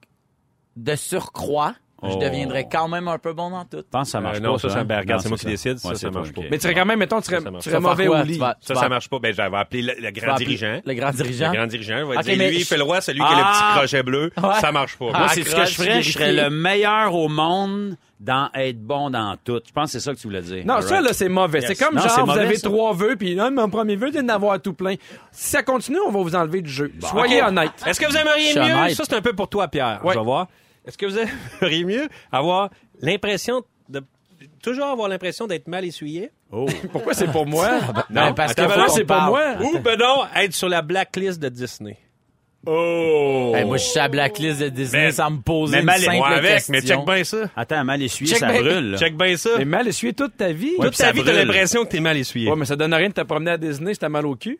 Speaker 3: de surcroît, je
Speaker 2: Oh.
Speaker 3: deviendrais quand même un peu bon dans tout.
Speaker 2: Je pense que ça marche
Speaker 5: Euh, non,
Speaker 2: pas.
Speaker 5: ça, ça,
Speaker 2: hein?
Speaker 5: ben, regarde,
Speaker 2: Non,
Speaker 5: c'est moi qui
Speaker 2: ça.
Speaker 5: décide, ça,
Speaker 2: Ouais,
Speaker 5: ça
Speaker 2: c'est toi,
Speaker 5: marche
Speaker 2: ok.
Speaker 5: pas.
Speaker 1: Mais tu serais quand même, mettons, tu serais,
Speaker 5: Ça, ça marche.
Speaker 1: tu
Speaker 3: Tu
Speaker 1: serais
Speaker 3: vas
Speaker 1: mauvais
Speaker 3: faire quoi?
Speaker 1: au lit.
Speaker 3: Tu vas-
Speaker 5: Ça,
Speaker 3: tu vas-
Speaker 5: ça marche pas. Ben, j'avais appelé le, le
Speaker 3: tu
Speaker 5: grand
Speaker 3: vas appeler
Speaker 5: dirigeant.
Speaker 3: Le grand dirigeant.
Speaker 5: Le grand dirigeant, il va
Speaker 3: Ok,
Speaker 5: dire,
Speaker 3: mais
Speaker 5: lui, il
Speaker 3: je-
Speaker 5: fait le roi, celui qui a
Speaker 2: Ah!
Speaker 5: le petit crochet bleu.
Speaker 3: Ouais.
Speaker 5: Ça marche pas.
Speaker 2: Moi,
Speaker 3: Ah,
Speaker 2: c'est ce que je ferais. Je
Speaker 3: vérifié.
Speaker 2: serais le meilleur au monde dans être bon dans tout. Je pense que c'est ça que tu voulais dire.
Speaker 1: Non,
Speaker 2: Alright.
Speaker 1: ça, là, c'est mauvais. C'est comme
Speaker 2: Non,
Speaker 1: genre,
Speaker 2: c'est
Speaker 1: vous
Speaker 2: mauvais,
Speaker 1: avez
Speaker 2: ça.
Speaker 1: trois vœux, puis non, mon premier vœu, c'est d'en avoir tout plein. Si ça continue, on va vous enlever du jeu. Soyez
Speaker 5: Ok.
Speaker 1: honnête.
Speaker 5: Est-ce que vous aimeriez
Speaker 3: Je suis
Speaker 5: mieux,
Speaker 3: honnête.
Speaker 5: ça c'est un peu pour toi Pierre,
Speaker 1: Ouais.
Speaker 5: je vais voir. Est-ce que vous aimeriez mieux avoir l'impression de toujours avoir l'impression d'être mal essuyé
Speaker 1: Pourquoi c'est pour moi?
Speaker 5: Non,
Speaker 3: Ben, parce
Speaker 5: attends,
Speaker 3: que
Speaker 5: ben
Speaker 3: faut
Speaker 5: là,
Speaker 3: qu'on
Speaker 1: c'est pour
Speaker 3: parle.
Speaker 1: moi.
Speaker 5: ou ben non, être sur la blacklist de Disney. Oh! Ben,
Speaker 3: Ben, moi, je suis à la blacklist de Disney
Speaker 5: Mais-
Speaker 3: sans me poser
Speaker 2: mais
Speaker 3: une
Speaker 2: mal-
Speaker 3: simple
Speaker 5: Moi avec,
Speaker 3: question.
Speaker 5: mais check bien ça.
Speaker 2: Attends, mal essuyé,
Speaker 1: Check
Speaker 2: ça
Speaker 1: bien-
Speaker 2: brûle. là.
Speaker 5: Check bien ça.
Speaker 1: Mais mal essuyé toute ta vie.
Speaker 2: Ouais,
Speaker 5: Toute
Speaker 2: puis
Speaker 5: ta
Speaker 2: ça
Speaker 5: vie, t'as
Speaker 2: brûle.
Speaker 5: l'impression que t'es mal essuyé.
Speaker 1: Ouais, mais ça donne rien de te promener à Disney si t'as mal au cul.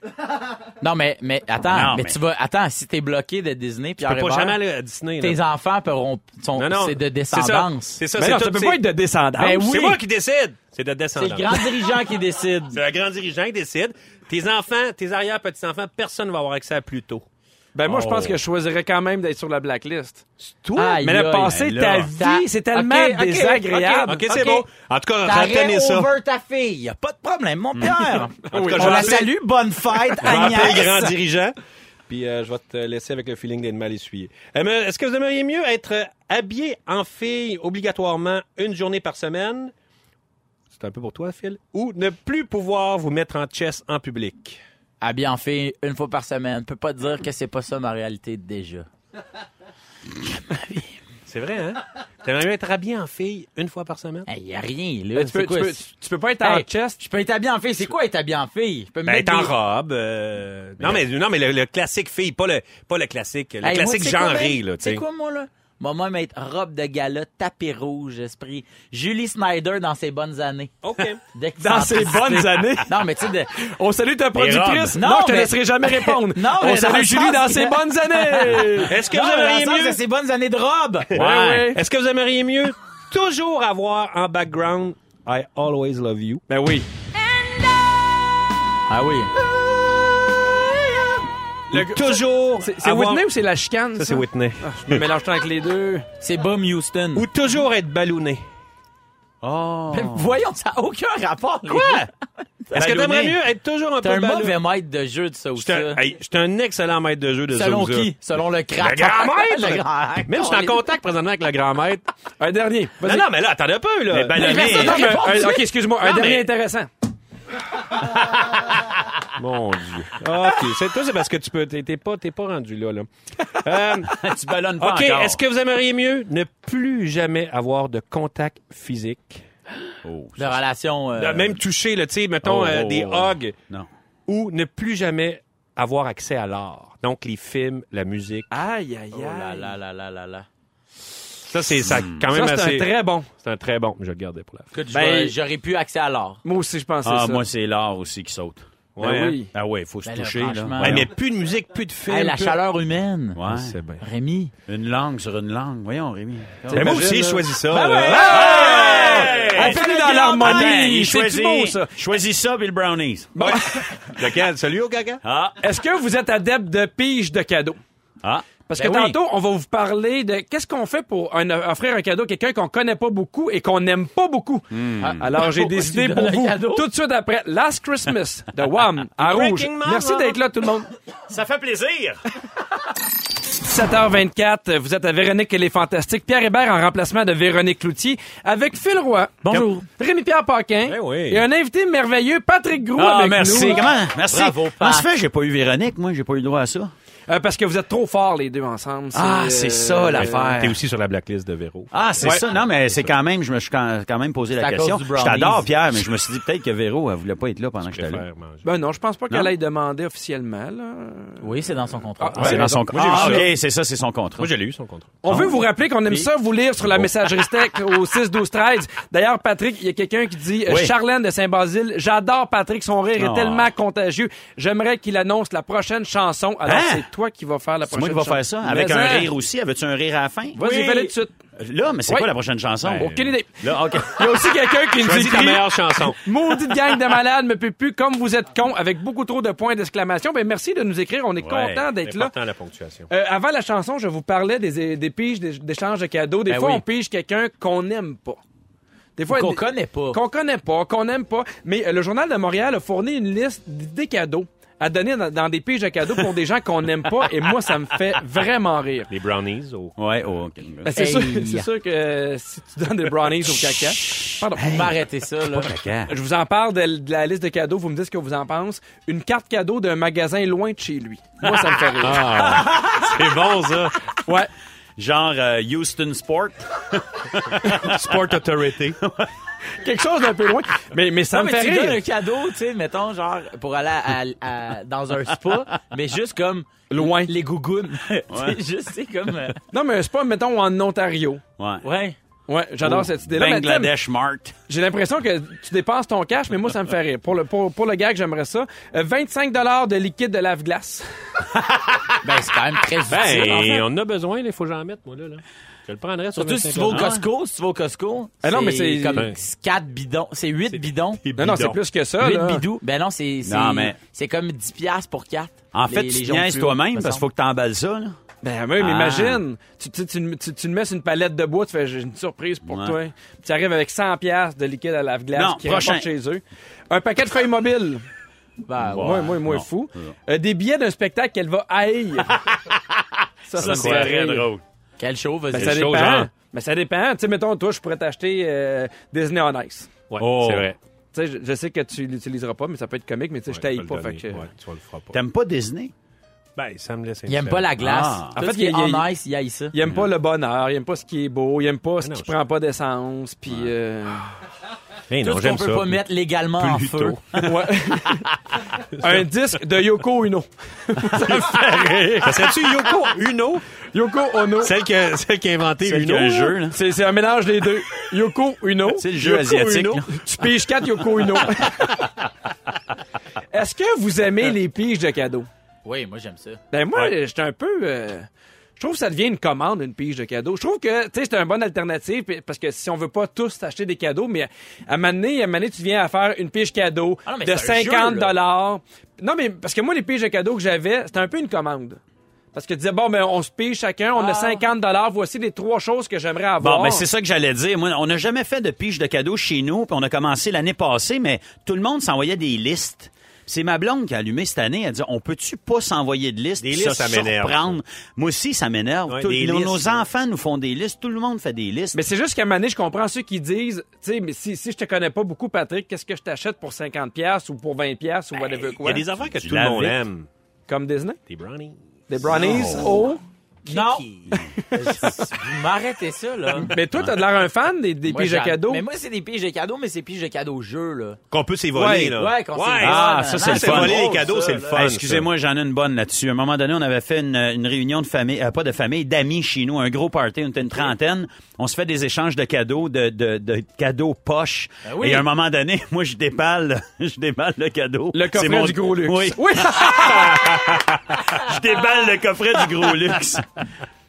Speaker 3: Non, mais, mais attends,
Speaker 2: Non,
Speaker 3: mais,
Speaker 2: mais-
Speaker 3: tu vas, attends, si t'es bloqué de Disney, puis
Speaker 5: tu peux pas jamais aller à Disney. là.
Speaker 3: tes enfants pourront, sont,
Speaker 5: Non, non.
Speaker 3: c'est de
Speaker 5: ça.
Speaker 3: descendance.
Speaker 5: C'est ça,
Speaker 1: Mais
Speaker 5: c'est
Speaker 1: non,
Speaker 5: tout-
Speaker 1: ça peut
Speaker 5: c'est-
Speaker 1: pas être de descendance.
Speaker 3: Ben oui.
Speaker 5: C'est moi qui décide. C'est de
Speaker 3: C'est
Speaker 5: descendance.
Speaker 3: le grand dirigeant qui décide.
Speaker 5: C'est le grand dirigeant qui décide. Tes enfants, tes arrière-petits-enfants, personne ne va avoir accès à plus tôt.
Speaker 1: Ben moi, je pense
Speaker 2: Oh.
Speaker 1: que je choisirais quand même d'être sur la blacklist.
Speaker 3: toi?
Speaker 1: mais
Speaker 3: Aïe,
Speaker 1: le
Speaker 3: aïe,
Speaker 1: passé
Speaker 2: aïe,
Speaker 1: de ta
Speaker 2: là.
Speaker 1: vie, c'est tellement
Speaker 3: Ok, ok,
Speaker 1: désagréable.
Speaker 5: OK, c'est
Speaker 3: OK.
Speaker 5: bon. En tout cas, retenez
Speaker 3: T'arrêtes
Speaker 5: ça.
Speaker 3: over ta fille. Y a pas de problème, mon
Speaker 1: Mm.
Speaker 3: Pierre.
Speaker 5: En tout cas, je
Speaker 3: On la
Speaker 5: vais appeler-
Speaker 3: salue. Bonne fête,
Speaker 5: je vais appeler le
Speaker 3: Agnès.
Speaker 5: grand dirigeant. Puis euh, je vais te laisser avec le feeling d'être mal essuyé. Euh, mais Est-ce que vous aimeriez mieux être euh, habillé en fille obligatoirement une journée par semaine? C'est un peu pour toi, Phil. Ou ne plus pouvoir vous mettre en chess en public?
Speaker 3: Habillé en fille une fois par semaine. Peut pas dire que c'est pas ça ma réalité déjà.
Speaker 5: C'est vrai, hein? T'aimerais mieux être habillé en fille une fois par semaine?
Speaker 3: Il y a rien,
Speaker 1: Mais
Speaker 3: là.
Speaker 1: Ben, Tu
Speaker 3: C'est
Speaker 1: peux,
Speaker 3: quoi,
Speaker 1: tu, peux,
Speaker 3: c'est-
Speaker 1: tu peux pas être en
Speaker 3: Hey,
Speaker 1: chest.
Speaker 3: Je peux être habillé en fille. C'est quoi être habillé en fille? Je peux me
Speaker 5: Ben,
Speaker 3: mettre
Speaker 5: être en
Speaker 3: des-
Speaker 5: robe. euh, non, mais, non, mais le, le classique fille, pas le, pas le classique. Le
Speaker 3: Hey, moi,
Speaker 5: classique
Speaker 3: tu sais quoi,
Speaker 5: genré,
Speaker 3: ben?
Speaker 5: là, tu
Speaker 3: C'est
Speaker 5: sais.
Speaker 3: quoi, moi, là? Moi, moi, mettre robe de gala, tapis rouge, esprit. Julie Snyder dans ses bonnes années.
Speaker 5: OK.
Speaker 1: Dans ses bonnes années.
Speaker 3: Non, mais tu sais, de-
Speaker 1: On salue ta productrice.
Speaker 3: robes.
Speaker 1: Non,
Speaker 3: Non,
Speaker 1: je te
Speaker 3: mais-
Speaker 1: laisserai jamais répondre.
Speaker 3: Non,
Speaker 1: On
Speaker 3: mais dans
Speaker 1: salue
Speaker 3: le
Speaker 1: Julie
Speaker 3: sens-
Speaker 1: dans ses bonnes années.
Speaker 5: Est-ce que
Speaker 3: Non,
Speaker 5: vous
Speaker 3: mais dans le
Speaker 5: aimeriez
Speaker 3: sens
Speaker 5: mieux...
Speaker 3: de ses bonnes années de robe.
Speaker 5: Ouais,
Speaker 1: ouais.
Speaker 5: Est-ce que vous aimeriez mieux toujours avoir en background I always love you?
Speaker 1: Ben oui.
Speaker 3: Ah oui.
Speaker 1: Le-
Speaker 5: Ou toujours
Speaker 1: C'est c'est
Speaker 5: avoir-
Speaker 1: Whitney ou c'est la chicane?
Speaker 5: Ça, c'est Whitney.
Speaker 1: Je me mélange tant avec les deux.
Speaker 3: C'est Bum Houston.
Speaker 5: Ou toujours être ballonné.
Speaker 2: Oh.
Speaker 3: Mais Voyons, ça n'a aucun rapport. Quoi?
Speaker 5: Est-ce que t'aimerais
Speaker 3: Ballonné.
Speaker 5: mieux être toujours un
Speaker 3: T'es
Speaker 5: peu
Speaker 3: un
Speaker 5: ballonné?
Speaker 3: mauvais maître de jeu de ça ou
Speaker 5: J'étais
Speaker 3: ça.
Speaker 5: un, hey, j'étais un excellent maître de jeu de
Speaker 3: Selon
Speaker 5: Zonza.
Speaker 3: qui? Selon le crack.
Speaker 5: Le grand maître!
Speaker 3: Le grand-
Speaker 5: Même je suis en contact présentement avec le grand maître.
Speaker 1: Un dernier.
Speaker 5: Non,
Speaker 1: Vas-y.
Speaker 5: non, mais là, attendez un peu, là.
Speaker 2: Mais ballonné. Mais personne n'a
Speaker 5: Non, mais-
Speaker 1: Un- ok, excuse-moi. Un
Speaker 5: Non,
Speaker 1: dernier
Speaker 5: mais-
Speaker 1: intéressant.
Speaker 5: Mon Dieu. Ah, OK. C'est, toi, c'est parce que tu peux. T'es, t'es pas, t'es pas rendu là, là. Euh,
Speaker 2: tu ballonnes pas
Speaker 5: OK.
Speaker 2: encore.
Speaker 5: Est-ce que vous aimeriez mieux ne plus jamais avoir de contact physique?
Speaker 2: Oh, ça,
Speaker 3: De relation. euh,
Speaker 5: Même toucher, là, tu sais, mettons
Speaker 2: Oh,
Speaker 5: euh,
Speaker 2: oh,
Speaker 5: des
Speaker 2: oh.
Speaker 5: hogs
Speaker 2: Non.
Speaker 5: ou ne plus jamais avoir accès à l'art. Donc, les films, la musique.
Speaker 1: Aïe, aïe, aïe.
Speaker 3: Oh là là là là là là.
Speaker 5: Ça, c'est ça, quand même
Speaker 1: Ça, c'est
Speaker 5: assez.
Speaker 1: un très bon.
Speaker 5: c'est un très bon. Je vais le garder pour la fin.
Speaker 3: Écoute, je
Speaker 1: Ben-
Speaker 3: vais- j'aurais pu accès à l'or.
Speaker 1: Moi aussi, je pensais
Speaker 2: Ah,
Speaker 1: ça.
Speaker 2: moi, c'est l'art aussi qui saute.
Speaker 1: Ben
Speaker 5: Ouais, hein?
Speaker 1: oui.
Speaker 2: Ah ouais, faut se
Speaker 3: Ben là,
Speaker 2: toucher, là.
Speaker 3: franchement,
Speaker 5: Ouais,
Speaker 3: non.
Speaker 5: mais plus de musique, plus de films.
Speaker 3: Hey, la
Speaker 5: plus-
Speaker 3: chaleur humaine.
Speaker 2: Ouais.
Speaker 5: C'est bien.
Speaker 3: Rémi.
Speaker 2: Une langue sur une langue. Voyons, Rémi.
Speaker 5: Mais moi
Speaker 1: Imagine,
Speaker 5: aussi,
Speaker 1: là.
Speaker 5: je choisis ça.
Speaker 1: Ben
Speaker 5: là.
Speaker 1: ouais.
Speaker 5: Hey!
Speaker 1: On finit dans l'harmonie. C'est
Speaker 2: choisis,
Speaker 1: beau, ça.
Speaker 2: choisis ça, Bill Brownies.
Speaker 5: Lequel? Celui au gaga?
Speaker 2: Ah,
Speaker 1: Est-ce que vous êtes adepte de pige de cadeaux?
Speaker 2: ah.
Speaker 1: Parce
Speaker 3: Ben
Speaker 1: que
Speaker 3: oui.
Speaker 1: tantôt, on va vous parler de qu'est-ce qu'on fait pour un- offrir un cadeau à quelqu'un qu'on connaît pas beaucoup et qu'on n'aime pas beaucoup.
Speaker 5: Hmm.
Speaker 1: Ah, Alors, j'ai
Speaker 3: Pourquoi
Speaker 1: des
Speaker 3: tu
Speaker 1: idées
Speaker 3: donnes
Speaker 1: pour
Speaker 3: un
Speaker 1: vous
Speaker 3: cadeau?
Speaker 1: tout de suite après Last Christmas de Wham à Rouge.
Speaker 5: Breaking Mama.
Speaker 1: Merci d'être là, tout le monde.
Speaker 2: Ça fait plaisir.
Speaker 1: 7h24, vous êtes à Véronique et les Fantastiques. Pierre Hébert en remplacement de Véronique Cloutier avec Phil Roy.
Speaker 3: Bonjour.
Speaker 1: Rémi-Pierre Paquin.
Speaker 5: Ben oui.
Speaker 1: Et un invité merveilleux, Patrick Groux
Speaker 2: Ah,
Speaker 1: avec
Speaker 2: merci.
Speaker 1: nous.
Speaker 2: Comment? Merci.
Speaker 3: Bravo,
Speaker 2: Comment
Speaker 3: Pat.
Speaker 2: se fait? J'ai pas eu Véronique, moi. J'ai pas eu le droit à ça.
Speaker 1: Euh, parce que vous êtes trop forts, les deux ensemble. euh,
Speaker 2: Ah, c'est ça, l'affaire.
Speaker 5: T'es aussi sur la blacklist de Véro.
Speaker 2: Ah, c'est
Speaker 5: Ouais.
Speaker 2: ça. Non, mais c'est quand même, je me suis quand, quand même posé
Speaker 3: C'est
Speaker 2: la
Speaker 3: à
Speaker 2: question.
Speaker 3: cause du
Speaker 2: Je
Speaker 3: brownies.
Speaker 2: t'adore, Pierre, mais je me suis dit peut-être que Véro, elle voulait pas être là pendant que
Speaker 5: Je
Speaker 2: j'étais là.
Speaker 5: préfère manger.
Speaker 1: Ben non, je pense pas
Speaker 2: Non.
Speaker 1: qu'elle ait demandé officiellement. là.
Speaker 3: Oui, c'est dans son contrat.
Speaker 1: Ah, ouais.
Speaker 2: C'est dans son
Speaker 5: Moi, j'ai vu
Speaker 2: Ah,
Speaker 5: ça.
Speaker 2: ok, c'est ça, c'est son contrat.
Speaker 5: Moi, je l'ai eu, son contrat.
Speaker 1: On veut vous rappeler qu'on aime ça vous lire sur la messagerie tech au 6 12 13. D'ailleurs Patrick, il y a quelqu'un qui dit euh,
Speaker 2: Oui.
Speaker 1: Charlène de Saint-Basile, j'adore Patrick, son rire
Speaker 2: Oh.
Speaker 1: est tellement contagieux. J'aimerais qu'il annonce la prochaine chanson. Alors
Speaker 2: Hein?
Speaker 1: c'est toi qui vas faire la
Speaker 2: c'est
Speaker 1: prochaine.
Speaker 2: moi qui vais
Speaker 1: chanson.
Speaker 2: faire ça. Avec
Speaker 1: Mais,
Speaker 2: un
Speaker 1: hein,
Speaker 2: rire aussi. Avais-tu un rire à la fin?
Speaker 1: Vas-y,
Speaker 2: Oui.
Speaker 1: fais-le tout de suite.
Speaker 2: Là, mais c'est
Speaker 1: Oui.
Speaker 2: quoi la prochaine chanson?
Speaker 1: Aucune idée.
Speaker 2: Là, OK.
Speaker 1: Il y a aussi quelqu'un qui nous
Speaker 5: Choisis ta
Speaker 1: écrit
Speaker 5: meilleure chanson.
Speaker 1: Maudite gang de malades me peut plus comme vous êtes con avec beaucoup trop de points d'exclamation. Ben merci de nous écrire, on est content d'être là.
Speaker 5: Important, la ponctuation.
Speaker 1: Euh, avant la chanson, je vous parlais des, des piges des- d'échange de cadeaux. Des
Speaker 3: Ben
Speaker 1: fois,
Speaker 3: oui.
Speaker 1: on pige quelqu'un qu'on n'aime pas. Des fois,
Speaker 3: Qu'on
Speaker 1: des-
Speaker 3: connaît pas.
Speaker 1: Qu'on connaît pas, qu'on n'aime pas. Mais euh, le Journal de Montréal a fourni une liste des cadeaux à donner dans, dans des piges de cadeaux pour des gens qu'on n'aime pas. Et moi, ça me fait vraiment rire.
Speaker 5: Les brownies au...
Speaker 2: Ouais, oh, OK.
Speaker 1: Ben, C'est
Speaker 3: Hey.
Speaker 1: sûr, c'est sûr que euh, si tu donnes des brownies au caca... Pardon.
Speaker 3: On va arrêter ça, là.
Speaker 2: Caca.
Speaker 1: Je vous en parle de, de la liste de cadeaux. Vous me dites ce que vous en pensez. Une carte cadeau d'un magasin loin de chez lui. Moi, ça me fait rire.
Speaker 3: Ah.
Speaker 2: C'est bon, ça.
Speaker 1: Ouais.
Speaker 2: Genre euh, Houston Sport.
Speaker 5: Sport Authority.
Speaker 1: Quelque chose d'un peu loin. Mais, mais ça
Speaker 3: Non,
Speaker 1: me
Speaker 3: mais
Speaker 1: fait
Speaker 3: tu
Speaker 1: rire.
Speaker 3: donnes un cadeau, tu sais, mettons, genre, pour aller à- à- à- dans un spa, mais juste comme.
Speaker 1: Loin.
Speaker 3: Les gougounes. C'est juste, c'est comme. euh,
Speaker 1: Non, mais c'est pas, mettons, en Ontario.
Speaker 2: Ouais.
Speaker 3: ouais.
Speaker 1: Ouais, j'adore cette idée-là. mais t'sais,
Speaker 2: Bangladesh Mart.
Speaker 1: J'ai l'impression que tu dépenses ton cash, mais moi, ça me fait rire. Pour le, pour, pour le gag, j'aimerais ça. Euh, 25 de liquide de lave-glace.
Speaker 3: Ben, c'est quand même très utile. en fait.
Speaker 5: Ben, on en a besoin, il faut que j'en mette, moi, là. là. Je le prendrais sur
Speaker 3: Surtout si tu vas au Costco, si tu vas au Costco.
Speaker 1: Ah non, mais c'est-
Speaker 3: comme 4 bidons. C'est 8 bidons.
Speaker 1: Non, non, c'est plus que ça.
Speaker 3: 8
Speaker 1: là.
Speaker 3: bidous. Ben non, c'est c'est-
Speaker 2: Non, mais-
Speaker 3: c'est comme 10 piastres pour 4.
Speaker 2: En fait, tu te niaises toi-même parce qu'il faut que t'emballes ça. Là.
Speaker 1: Ben oui, mais
Speaker 2: Ah.
Speaker 1: imagine. Tu, tu, tu, tu, tu me mets sur une palette de bois, tu fais j'ai une surprise pour
Speaker 2: Ouais.
Speaker 1: toi. Puis tu arrives avec 100 de liquide à lave-glace
Speaker 2: Non,
Speaker 1: qui
Speaker 2: prochain.
Speaker 1: rapporte chez eux. Un paquet de feuilles mobiles.
Speaker 3: Ben, ouais.
Speaker 1: moi, moi, moi,
Speaker 2: non.
Speaker 1: fou. Euh, des billets d'un spectacle qu'elle va haïr. ça, me fait rire.
Speaker 3: Quel show, vas-y.
Speaker 1: Ben, ça
Speaker 5: chaud,
Speaker 1: dépend.
Speaker 5: genre.
Speaker 1: Ben, ça dépend. Tu sais, mettons, toi, je pourrais t'acheter euh, Disney on Ice.
Speaker 5: Ouais,
Speaker 2: Oh.
Speaker 5: c'est vrai.
Speaker 1: Tu sais, je, je sais que tu l'utiliseras pas, mais ça peut être comique, mais tu sais, je t'haïs
Speaker 5: Ouais,
Speaker 1: pas.
Speaker 5: je vais
Speaker 1: Fait
Speaker 5: le
Speaker 1: que...
Speaker 5: donner. Ouais, tu vas le feras pas.
Speaker 2: T'aimes pas Disney?
Speaker 5: Ben, ça me laisse
Speaker 3: il aime pas la glace.
Speaker 2: Ah.
Speaker 3: Tout
Speaker 1: En fait,
Speaker 3: ce qui est
Speaker 1: il- il-
Speaker 3: en ice, il aille ça.
Speaker 1: Il aime pas le bonheur, il aime pas ce qui est beau, il aime pas ce
Speaker 5: non,
Speaker 1: qui
Speaker 5: je-
Speaker 1: prend pas d'essence, puis... euh,
Speaker 5: Mais
Speaker 3: Tout
Speaker 5: non,
Speaker 3: ce qu'on
Speaker 5: j'aime
Speaker 3: peut
Speaker 5: ça.
Speaker 3: pas mettre légalement en
Speaker 5: Pluto.
Speaker 3: feu.
Speaker 1: ouais. Un disque de Yoko Uno.
Speaker 5: Ça serait-tu Yoko Uno?
Speaker 1: Yoko Ono.
Speaker 5: Celle qui a, celle qui a inventé
Speaker 2: Celle qui
Speaker 5: Uno?
Speaker 2: a le jeu, là.
Speaker 1: C'est c'est un mélange des deux. Yoko Uno.
Speaker 2: C'est le jeu
Speaker 1: Yoko
Speaker 2: asiatique,
Speaker 1: Uno.
Speaker 2: là.
Speaker 1: Tu piges 4 Yoko Uno. Est-ce que vous aimez les piges de cadeaux?
Speaker 3: Oui, moi, j'aime ça.
Speaker 1: Ben moi, j'étais un peu. euh, je trouve que ça devient une commande, une pige de cadeaux. Je trouve que tu sais, c'est une bonne alternative puis- parce que si on veut pas tous acheter des cadeaux, mais à un moment donné, à un moment donné, tu viens à faire une pige cadeau
Speaker 3: Ah non, mais
Speaker 1: de
Speaker 3: c'est un
Speaker 1: 50
Speaker 3: jeu, là.
Speaker 1: dollars. Non, mais parce que moi, les piges de cadeaux que j'avais, c'était un peu une commande. Parce que tu disais, bon, ben, on se pige chacun, on a 50 dollars, voici les trois choses que j'aimerais avoir.
Speaker 2: Bon, mais c'est ça que j'allais dire. Moi, on n'a jamais fait de pige de cadeaux chez nous, puis on a commencé l'année passée, mais tout le monde s'envoyait des listes. C'est ma blonde qui a allumé cette année. Elle dit On peut-tu pas s'envoyer de listes
Speaker 5: Des
Speaker 2: puis
Speaker 5: listes,
Speaker 2: se
Speaker 5: ça m'énerve.
Speaker 2: surprendre? Moi aussi, ça m'énerve.
Speaker 5: Ouais,
Speaker 2: Tout-
Speaker 5: des
Speaker 2: nos,
Speaker 5: listes,
Speaker 2: nos
Speaker 5: ouais.
Speaker 2: enfants nous font des listes. Tout le monde fait des listes.
Speaker 1: Mais c'est juste qu'à un moment donné, je comprends ceux qui disent, tu sais, mais si, si je te connais pas beaucoup, Patrick, qu'est-ce que je t'achète pour 50$ piastres ou pour 20$ piastres ou whatever
Speaker 5: Il y
Speaker 1: quoi?
Speaker 5: a des affaires que
Speaker 2: Tu
Speaker 5: tout le monde
Speaker 2: l'avais.
Speaker 5: aime.
Speaker 1: Comme Disney?
Speaker 5: Des brownies.
Speaker 1: Des brownies Oh. au...
Speaker 3: Non! Vous m'arrêtez ça, là.
Speaker 1: Mais toi, t'as de l'air un fan des, des
Speaker 3: Moi,
Speaker 1: piges à
Speaker 3: j'aime-
Speaker 1: cadeaux.
Speaker 3: Mais moi, c'est des piges de cadeaux, mais c'est piges de cadeaux jeu, là.
Speaker 5: Qu'on peut s'évoler,
Speaker 2: Ouais,
Speaker 5: là.
Speaker 3: ouais, qu'on s'évole.
Speaker 2: Ah,
Speaker 3: Ah,
Speaker 2: ça,
Speaker 3: non,
Speaker 2: c'est le
Speaker 5: c'est
Speaker 2: fun.
Speaker 5: voler les
Speaker 2: Oh,
Speaker 5: cadeaux,
Speaker 3: ça,
Speaker 5: c'est le
Speaker 3: là.
Speaker 5: fun.
Speaker 2: Hey, Excusez-moi, j'en ai une bonne là-dessus. À un moment donné, on avait fait une, une réunion de famille, euh, pas de famille, d'amis chez nous, un gros party, on était une trentaine. On se fait des échanges de cadeaux, de, de- de cadeaux poches.
Speaker 1: Ben
Speaker 3: oui.
Speaker 2: Et à un moment donné, moi, je déballe, je déballe le cadeau.
Speaker 1: Le coffret
Speaker 2: C'est mon-
Speaker 1: du gros luxe.
Speaker 2: Oui, je déballe le coffret du gros luxe.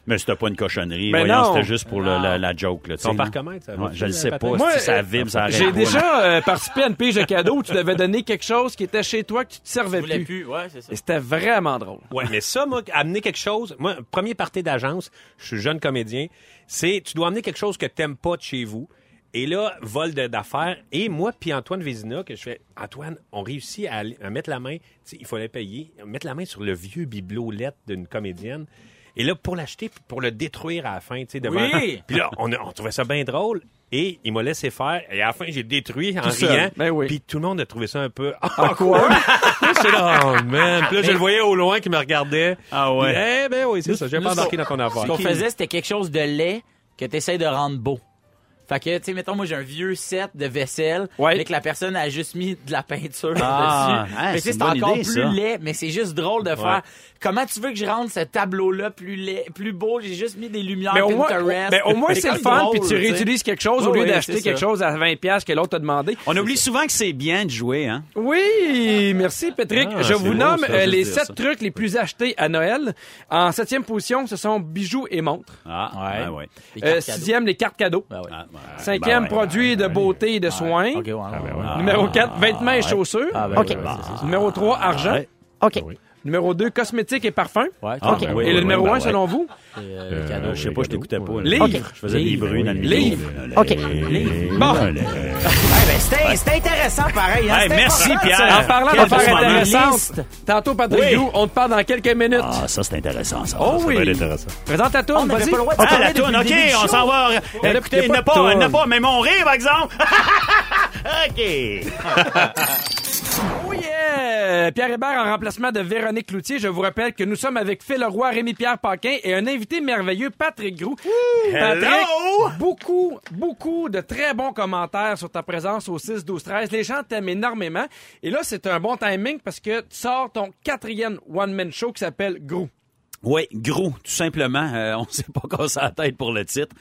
Speaker 2: Mais c'était pas une cochonnerie.
Speaker 1: Ben
Speaker 2: Voyons,
Speaker 1: non.
Speaker 2: c'était juste pour le- la, la joke. Là, tu sais,
Speaker 5: Ton
Speaker 2: là.
Speaker 5: parcomètre, ça va
Speaker 2: Ouais,
Speaker 5: plus,
Speaker 2: Je le sais pas.
Speaker 5: euh, Patrick?
Speaker 2: si
Speaker 1: Moi,
Speaker 2: ça vibre, ça arrête
Speaker 1: J'ai
Speaker 2: pas, là.
Speaker 1: déjà euh, participé à une pige de cadeaux où tu devais donner quelque chose qui était chez toi que tu te servais
Speaker 3: Vous voulez
Speaker 1: plus.
Speaker 3: plus, ouais, c'est ça.
Speaker 1: Et c'était vraiment drôle.
Speaker 5: Ouais, mais ça, moi, amener quelque chose. Moi, premier party d'agence, je suis jeune comédien. C'est, tu dois amener quelque chose que t'aimes pas de chez vous. Et là, vol de- d'affaires. Et moi, puis Antoine Vézina, que je fais, Antoine, on réussit à, aller- à mettre la main. tu sais, il fallait payer, mettre la main sur le vieux bibelot lettre d'une comédienne. Et là, pour l'acheter, puis pour le détruire à la fin, tu sais, devant.
Speaker 3: Oui!
Speaker 5: Puis là, on, a- on trouvait ça bien drôle. Et il m'a laissé faire. Et à la fin, j'ai détruit en
Speaker 1: seul.
Speaker 5: riant.
Speaker 1: Ben oui.
Speaker 5: Puis tout le monde a trouvé ça un peu. Ah, awkward. J'étais là, oh man. Puis là, je le voyais au loin qui me regardait.
Speaker 2: Ah ouais.
Speaker 5: Puis, Eh ben oui, c'est ça. J'ai pas embarqué dans ton
Speaker 3: Ce
Speaker 5: affaire.
Speaker 3: qu'on faisait, c'était quelque chose de laid que t'essayes de rendre beau. Fait que, tu sais, mettons, moi, j'ai un vieux set de vaisselle.
Speaker 1: Ouais.
Speaker 3: Mais que la personne a juste mis de la peinture
Speaker 2: Ah,
Speaker 3: dessus.
Speaker 2: hein,
Speaker 3: Fait que, tu
Speaker 2: c'est
Speaker 3: sais,
Speaker 2: une bonne
Speaker 3: encore
Speaker 2: idée,
Speaker 3: plus
Speaker 2: ça.
Speaker 3: laid, mais c'est juste drôle de faire. Comment tu veux que je rende ce tableau-là plus laid, plus beau? J'ai juste mis des lumières
Speaker 1: Mais au moins,
Speaker 3: Pinterest.
Speaker 1: mais au moins c'est le
Speaker 3: comme
Speaker 1: fun,
Speaker 3: drôle,
Speaker 1: puis tu
Speaker 3: sais.
Speaker 1: réutilises quelque chose au
Speaker 3: Ouais,
Speaker 1: lieu
Speaker 3: ouais,
Speaker 1: d'acheter
Speaker 3: c'est
Speaker 1: quelque
Speaker 3: ça.
Speaker 1: chose à 20$ piastres que l'autre t'a demandé.
Speaker 2: On oublie souvent que c'est bien de jouer, hein?
Speaker 1: Oui, merci Patrick.
Speaker 2: Ah,
Speaker 1: je
Speaker 2: c'est
Speaker 1: vous
Speaker 2: beau,
Speaker 1: nomme
Speaker 2: ça,
Speaker 1: euh,
Speaker 2: juste
Speaker 1: les
Speaker 2: dire
Speaker 1: sept
Speaker 2: ça.
Speaker 1: trucs les plus achetés à Noël. En septième position, ce sont bijoux et montres.
Speaker 2: Ah, ouais. ouais.
Speaker 3: Les
Speaker 1: Euh,
Speaker 3: cartes cadeaux.
Speaker 1: sixième, les cartes cadeaux.
Speaker 3: Ben ouais.
Speaker 2: Ah, ouais.
Speaker 1: Cinquième,
Speaker 2: Ben ouais.
Speaker 1: produits de beauté et de soins.
Speaker 3: OK, ouais, ouais, ouais.
Speaker 2: Ah,
Speaker 1: Numéro
Speaker 2: ah,
Speaker 1: 4, vêtements et
Speaker 3: ouais.
Speaker 1: chaussures.
Speaker 3: Ah, ben,
Speaker 2: OK.
Speaker 3: ouais, ouais, c'est ça.
Speaker 1: Numéro 3,
Speaker 2: Ah,
Speaker 1: argent.
Speaker 2: ouais.
Speaker 4: OK.
Speaker 1: Numéro 2, cosmétiques et parfums.
Speaker 3: Ouais,
Speaker 2: Ah,
Speaker 3: OK.
Speaker 2: ben oui,
Speaker 1: et le
Speaker 2: oui,
Speaker 1: numéro
Speaker 2: oui,
Speaker 1: 1,
Speaker 2: ben
Speaker 1: selon vous?
Speaker 3: C'est, euh, le cadeau.
Speaker 2: Je sais pas, je t'écoutais pas. là.
Speaker 1: Livre.
Speaker 2: Ok. Je faisais des
Speaker 3: Livre.
Speaker 2: bruits dans le micro.
Speaker 1: Livre.
Speaker 4: OK.
Speaker 1: Bon. Eh
Speaker 3: Ouais, ben, c'était c'était intéressant, pareil. hein,
Speaker 2: Hey,
Speaker 3: c'était
Speaker 2: merci,
Speaker 3: important,
Speaker 2: Pierre.
Speaker 3: ça.
Speaker 1: En parlant
Speaker 2: quel
Speaker 1: d'affaires
Speaker 2: beau moment.
Speaker 1: intéressantes, tantôt Patrick
Speaker 2: Oui.
Speaker 1: Roux, on te parle dans quelques minutes.
Speaker 2: Ah, ça, c'est intéressant, ça.
Speaker 1: oh oui!
Speaker 5: bien intéressant.
Speaker 1: Présente à toi,
Speaker 3: On n'avait
Speaker 1: vas-y.
Speaker 3: pas le droit de
Speaker 2: Ah,
Speaker 3: parler
Speaker 2: la
Speaker 3: depuis
Speaker 2: toune,
Speaker 3: le
Speaker 2: OK,
Speaker 3: début du
Speaker 2: on
Speaker 3: show.
Speaker 2: s'en va.
Speaker 1: Elle écoutait
Speaker 2: Écoutez,
Speaker 1: pas
Speaker 2: n'a
Speaker 1: de
Speaker 2: pas,
Speaker 1: toune.
Speaker 2: n'a pas, mais mon rire, par exemple. OK.
Speaker 1: Oh yeah! Pierre Hébert en remplacement de Véronique Cloutier. Je vous rappelle que nous sommes avec Phil Roy, Rémi-Pierre Paquin et un invité merveilleux, Patrick Groux. Patrick,
Speaker 2: Hello!
Speaker 1: beaucoup, beaucoup de très bons commentaires sur ta présence au 6, 12, 13. Les gens t'aiment énormément. Et là, c'est un bon timing parce que tu sors ton quatrième one-man show qui s'appelle Groux.
Speaker 2: Oui, gros, tout simplement. Euh, on s'est pas cassé la tête pour le titre.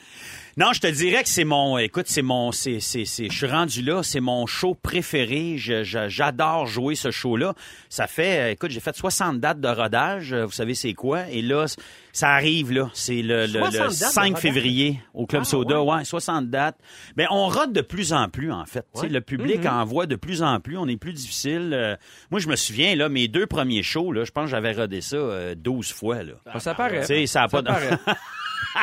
Speaker 2: Non, je te dirais que c'est mon, écoute, c'est mon, c'est, c'est, c'est, je suis rendu là, c'est mon show préféré. Je- je- j'adore jouer ce show-là. Ça fait, euh, écoute, j'ai fait 60 dates de rodage. euh, Vous savez c'est quoi Et là, c- ça arrive là. C'est le, le- le
Speaker 5: 60 dates de
Speaker 2: 5
Speaker 5: rodage?
Speaker 2: février au
Speaker 1: Ah,
Speaker 2: Club Soda. Ouais. 60 dates. Mais on rode de plus en plus en fait. Tu sais, Le public
Speaker 1: Mm-hmm.
Speaker 2: envoie de plus en plus. On est plus difficile. Euh, moi, je me souviens là, mes deux premiers shows là, je pense que j'avais rodé ça euh, 12 fois là.
Speaker 1: ça paraît.
Speaker 2: Tu sais, ça a pas de-
Speaker 1: paraît.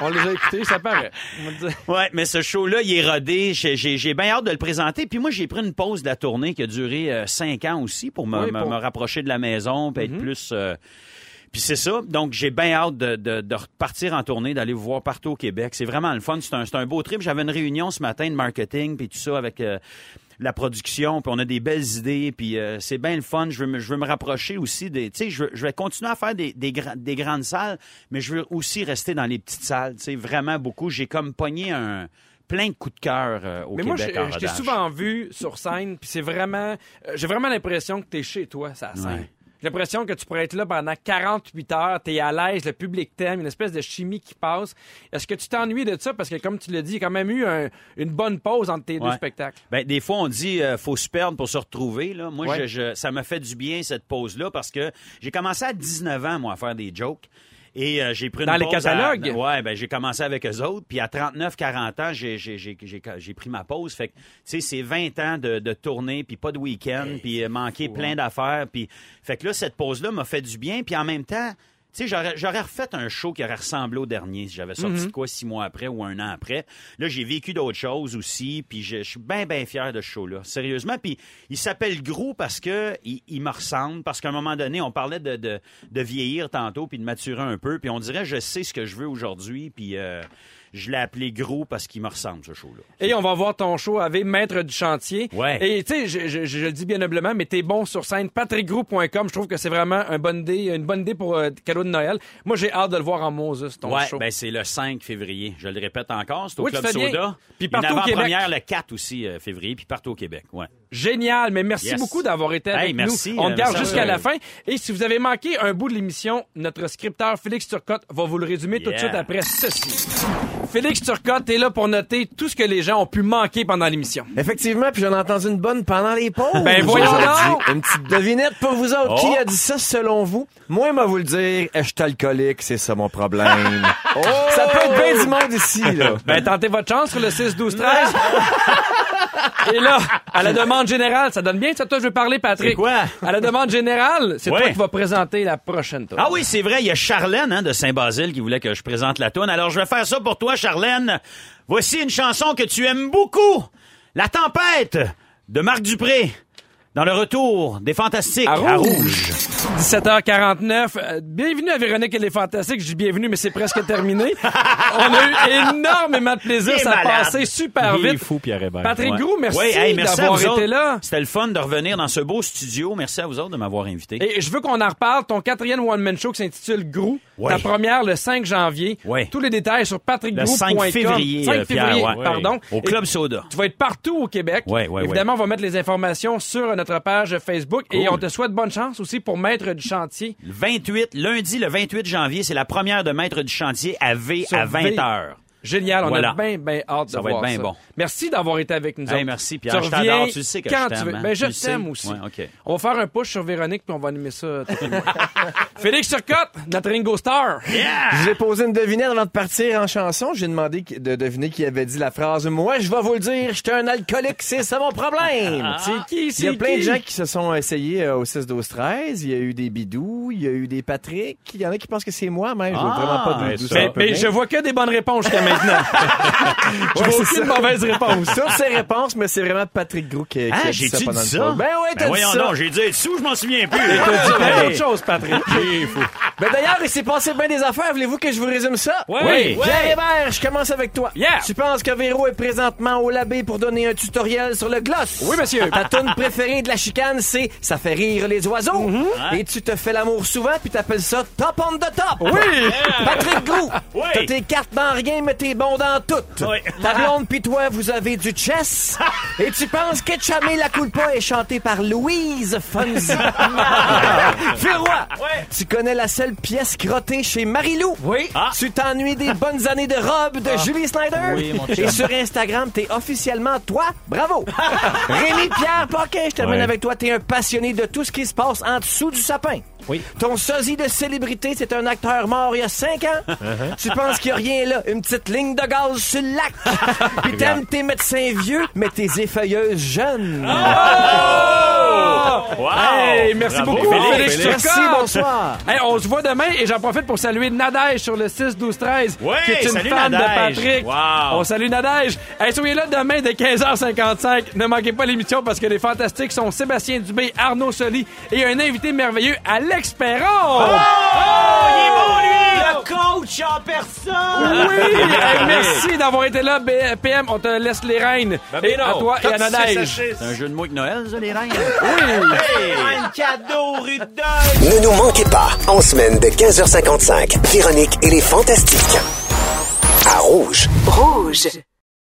Speaker 1: On les a écoutés, ça paraît. On va le dire.
Speaker 2: Ouais, mais ce show-là, il est rodé. J'ai- J'ai j'ai bien hâte de le présenter. Puis moi, j'ai pris une pause de la tournée qui a duré euh, cinq ans aussi pour me,
Speaker 1: Oui,
Speaker 2: me-
Speaker 1: pour- Mm-hmm.
Speaker 2: me rapprocher de la maison, puis être plus. euh, Puis c'est ça. Donc, j'ai bien hâte de, de- de repartir en tournée, d'aller vous voir partout au Québec. C'est vraiment le fun. C'est un, c'est un beau trip. J'avais une réunion ce matin de marketing, puis tout ça avec. euh, la production, puis on a des belles idées, puis euh, c'est bien le fun. Je veux, me- je veux me rapprocher aussi des... Tu sais, je, veux- je vais continuer à faire des, des, gra- des grandes salles, mais je veux aussi rester dans les petites salles, tu sais, vraiment beaucoup. J'ai comme pogné un plein de coups de cœur euh, au
Speaker 1: Mais moi,
Speaker 2: Québec
Speaker 1: je,
Speaker 2: en
Speaker 1: je t'ai
Speaker 2: rodage.
Speaker 1: souvent vu sur scène, puis c'est vraiment. euh, J'ai vraiment l'impression que t'es chez toi, ça scène.
Speaker 2: Ouais.
Speaker 1: J'ai l'impression que tu pourrais être là pendant 48 heures, t'es à l'aise, le public t'aime, une espèce de chimie qui passe. Est-ce que tu t'ennuies de ça? Parce que, comme tu l'as dit, il y a quand même eu un- une bonne pause entre tes deux
Speaker 2: Ouais.
Speaker 1: spectacles.
Speaker 2: Ben, des fois, on dit euh, faut se perdre pour se retrouver. Là. Moi,
Speaker 1: Ouais.
Speaker 2: je- je- ça me fait du bien, cette pause-là, parce que j'ai commencé à 19 ans, moi, à faire des jokes. Et euh, j'ai pris
Speaker 1: Dans
Speaker 2: une
Speaker 1: les
Speaker 2: pause à-
Speaker 1: catalogues?
Speaker 2: ouais, ben, j'ai commencé avec eux autres. Puis à 39, 40 ans, j'ai, j'ai, j'ai, j'ai- j'ai pris ma pause. Fait que, tu sais, c'est 20 ans de, de tournée, puis pas de week-end, puis euh, manquer
Speaker 1: hein.
Speaker 2: plein d'affaires. Puis, fait que là, cette pause-là m'a fait du bien. Puis en même temps, tu sais, j'aurais, j'aurais refait un show qui aurait ressemblé au dernier si j'avais
Speaker 1: Mm-hmm.
Speaker 2: sorti de quoi six mois après ou un an après. Là, j'ai vécu d'autres choses aussi, puis je, je suis bien, bien fier de ce show-là. Sérieusement, puis il s'appelle Gros parce que il, il me ressemble, parce qu'à un moment donné, on parlait de, de, de vieillir tantôt, puis de maturer un peu, puis on dirait je sais ce que je veux aujourd'hui, puis euh, je l'ai appelé Gros parce qu'il me ressemble, ce show-là.
Speaker 1: Et on va voir ton show avec Maître du Chantier.
Speaker 2: Ouais.
Speaker 1: Et tu sais, je, je- je le dis bien humblement, mais t'es bon sur scène. patrickgroup.com, je trouve que c'est vraiment un bonne idée, une bonne idée pour euh, cadeau de Noël. Moi, j'ai hâte de le voir en Moses, ton
Speaker 2: Ouais,
Speaker 1: show.
Speaker 2: ben c'est le 5 février. Je le répète encore, c'est au
Speaker 1: Oui, tu
Speaker 2: Club
Speaker 1: fais bien.
Speaker 2: Soda.
Speaker 1: Puis partout au
Speaker 2: Une
Speaker 1: Québec.
Speaker 2: avant-première le 4 aussi euh, février, puis partout au Québec, ouais.
Speaker 1: Génial, mais merci
Speaker 2: Yes.
Speaker 1: beaucoup d'avoir été
Speaker 2: Hey,
Speaker 1: avec
Speaker 2: merci,
Speaker 1: nous. On
Speaker 2: euh,
Speaker 1: te garde
Speaker 2: merci.
Speaker 1: jusqu'à la fin. Et si vous avez manqué un bout de l'émission, notre scripteur Félix Turcotte va vous le résumer tout de
Speaker 2: Yeah.
Speaker 1: suite après ceci. Félix Turcotte est là pour noter tout ce que les gens ont pu manquer pendant l'émission.
Speaker 8: Effectivement, puis j'en ai entendu une bonne pendant les pauses.
Speaker 1: Ben voyons
Speaker 8: aujourd'hui.
Speaker 1: donc!
Speaker 8: Une petite devinette pour vous autres.
Speaker 2: Oh.
Speaker 8: Qui a dit ça selon vous? Moi, m'a vous le dire, je suis alcoolique, c'est ça mon problème.
Speaker 2: Oh!
Speaker 8: Ça peut être bien du monde ici, là.
Speaker 1: Ben, tentez votre chance sur le 6-12-13. Et là, à la demande générale, ça donne bien, c'est à toi que je veux parler, Patrick.
Speaker 2: C'est quoi?
Speaker 1: À la demande générale, c'est
Speaker 2: Ouais.
Speaker 1: toi qui vas présenter la prochaine tour.
Speaker 2: Ah oui, c'est vrai, il y a Charlène hein, de Saint-Basile qui voulait que je présente la toune. Alors je vais faire ça pour toi, Charlène. Voici une chanson que tu aimes beaucoup. La tempête de Marc Dupré. Dans le retour des fantastiques
Speaker 1: À
Speaker 2: à
Speaker 1: Rouge.
Speaker 2: rouge.
Speaker 1: 17h49. Euh, bienvenue à Véronique et les Fantastiques. Je dis bienvenue, mais c'est presque terminé. On a eu énormément de plaisir.
Speaker 2: Il est
Speaker 1: Ça a
Speaker 2: malade.
Speaker 1: passé super
Speaker 9: Il est
Speaker 1: vite.
Speaker 9: fou, Pierre Hébert.
Speaker 1: Patrick
Speaker 2: Ouais.
Speaker 1: Groux, merci,
Speaker 2: Ouais, hey, merci à
Speaker 1: d'avoir
Speaker 2: vous
Speaker 1: été
Speaker 2: autres.
Speaker 1: là.
Speaker 2: C'était le fun de revenir dans ce beau studio. Merci à vous autres de m'avoir invité.
Speaker 1: Et je veux qu'on en reparle. Ton quatrième one-man show qui s'intitule Grou.
Speaker 2: Ouais.
Speaker 1: Ta première le 5 janvier.
Speaker 2: Ouais.
Speaker 1: Tous les détails sur patrickgrou.com.
Speaker 2: le 5 février,
Speaker 1: 5
Speaker 2: euh, Pierre,
Speaker 1: février,
Speaker 2: ouais.
Speaker 1: pardon.
Speaker 2: Au
Speaker 1: Et
Speaker 2: Club Soda.
Speaker 1: Tu vas être partout au Québec.
Speaker 2: Ouais, ouais,
Speaker 1: Évidemment, on va mettre les informations sur notre page Facebook. Et on te souhaite bonne chance aussi pour Maître du Chantier.
Speaker 2: Le 28, lundi le 28 janvier, c'est la première de Maître du Chantier à V
Speaker 1: Sur
Speaker 2: à
Speaker 1: V.
Speaker 2: 20h.
Speaker 1: Génial, on
Speaker 2: Voilà.
Speaker 1: a bien, bien hâte
Speaker 2: Ça
Speaker 1: de
Speaker 2: va
Speaker 1: voir
Speaker 2: être bien
Speaker 1: ça.
Speaker 2: bon.
Speaker 1: Merci d'avoir été avec nous.
Speaker 2: Hey,
Speaker 1: autres.
Speaker 2: merci, Pierre.
Speaker 1: Tu
Speaker 2: Je t'adore.
Speaker 1: reviens
Speaker 2: Tu sais que
Speaker 1: quand
Speaker 2: je
Speaker 1: tu
Speaker 2: t'aime,
Speaker 1: veux.
Speaker 2: hein.
Speaker 1: Ben, je
Speaker 2: Tu le
Speaker 1: t'aime
Speaker 2: sais.
Speaker 1: aussi.
Speaker 2: Ouais, OK.
Speaker 1: On va faire un push sur Véronique, puis on va animer ça. tout le monde. Félix Turcotte, notre Ringo Star.
Speaker 5: J'ai posé une devinette avant de partir en chanson. J'ai demandé qui- de deviner qui avait dit la phrase Moi, je vais vous le dire, j'étais un alcoolique, c'est ça mon
Speaker 2: Ah.
Speaker 5: problème.
Speaker 1: C'est qui,
Speaker 5: Il y
Speaker 1: c'est
Speaker 5: a plein de
Speaker 1: qui?
Speaker 5: gens qui se sont essayés euh, au 6-12-13. Il y a eu des bidous, il y a eu des Patrick. Il y en a qui pensent que c'est moi, mais je veux vraiment pas de
Speaker 9: ouais,
Speaker 5: d'où
Speaker 9: ça.
Speaker 5: ça
Speaker 1: Mais,
Speaker 5: peut
Speaker 1: mais
Speaker 5: venir.
Speaker 1: Ben, je vois que des bonnes réponses jusqu'à maintenant. je
Speaker 5: Ouais,
Speaker 1: vois
Speaker 5: c'est
Speaker 1: aucune
Speaker 5: ça.
Speaker 1: mauvaise réponse.
Speaker 5: Sauf ses réponses, mais c'est vraiment Patrick Groux qui, qui
Speaker 2: Ah,
Speaker 5: a dit
Speaker 2: j'ai-tu
Speaker 5: ça
Speaker 2: dit
Speaker 5: pendant le
Speaker 2: ça?
Speaker 5: show. Ben ouais, t'as dit
Speaker 2: voyons
Speaker 5: ça.
Speaker 2: donc, j'ai dit être sous, je m'en souviens plus.
Speaker 1: Plein
Speaker 2: Hey.
Speaker 1: d'autres choses, Patrick.
Speaker 5: Ben d'ailleurs, il s'est passé bien des affaires. Voulez-vous que je vous résume ça?
Speaker 1: Oui. Oui.
Speaker 5: Pierre Hébert, je commence avec toi.
Speaker 1: Yeah.
Speaker 5: Tu penses que Véro est présentement au labé pour donner un tutoriel sur le gloss?
Speaker 1: Oui, monsieur.
Speaker 5: Ta toune préférée de la chicane, c'est « Ça fait rire les oiseaux Et tu te fais l'amour souvent, puis t'appelles ça « Top on the top ». Oui. Patrick Groux,
Speaker 2: Oui.
Speaker 5: t'as tes cartes dans rien, mais t'es bon dans tout.
Speaker 2: Oui.
Speaker 5: Ta blonde puis toi, vous avez du chess. et tu penses que Chamé la culpa est chantée par Louise Fonzi. Férois, tu connais la seule pièce crottée chez Marilou. Oui.
Speaker 2: Ah.
Speaker 5: Tu t'ennuies des bonnes années de robe de Julie Snyder. et sur Instagram, t'es officiellement toi. Bravo. Rémi Pierre Paquet, je t'amène
Speaker 9: Ouais.
Speaker 5: avec toi. T'es un passionné de tout ce qui se passe en dessous du sapin.
Speaker 9: Oui.
Speaker 5: Ton sosie de célébrité, c'est un acteur mort il y a 5 ans.
Speaker 2: Uh-huh.
Speaker 5: tu penses qu'il n'y a rien là, une petite ligne de gaz sur le lac. Puis t'aimes tes médecins vieux, mais tes effeuilleuses jeunes.
Speaker 2: Oh! Wow!
Speaker 1: Hey, merci
Speaker 2: Bravo,
Speaker 1: beaucoup,
Speaker 2: Félix.
Speaker 1: Félix,
Speaker 5: Merci,
Speaker 1: Turcotte.
Speaker 5: bonsoir.
Speaker 1: Hey, on se voit demain et j'en profite pour saluer Nadège sur le 6-12-13,
Speaker 2: Ouais,
Speaker 1: qui est une
Speaker 2: salut,
Speaker 1: fan
Speaker 2: Nadège.
Speaker 1: de Patrick.
Speaker 2: Wow.
Speaker 1: On salue Nadège. Hey, soyez là demain dès 15h55. Ne manquez pas l'émission parce que les fantastiques sont Sébastien Dubé, Arnaud Soli et un invité merveilleux, Alex Perron.
Speaker 2: Oh!
Speaker 1: Oh!
Speaker 2: Le coach en personne!
Speaker 1: Oui! Hey, merci d'avoir été là, B- PM. On te laisse les rênes.
Speaker 2: Ben,
Speaker 1: et à toi et à Nadège.
Speaker 2: C'est un jeu de mots avec Noël, ça, les reines? Un cadeau, Rudolph!
Speaker 7: Ne nous manquez pas, en semaine de 15h55, Véronique et les Fantastiques. À Rouge.
Speaker 10: Rouge.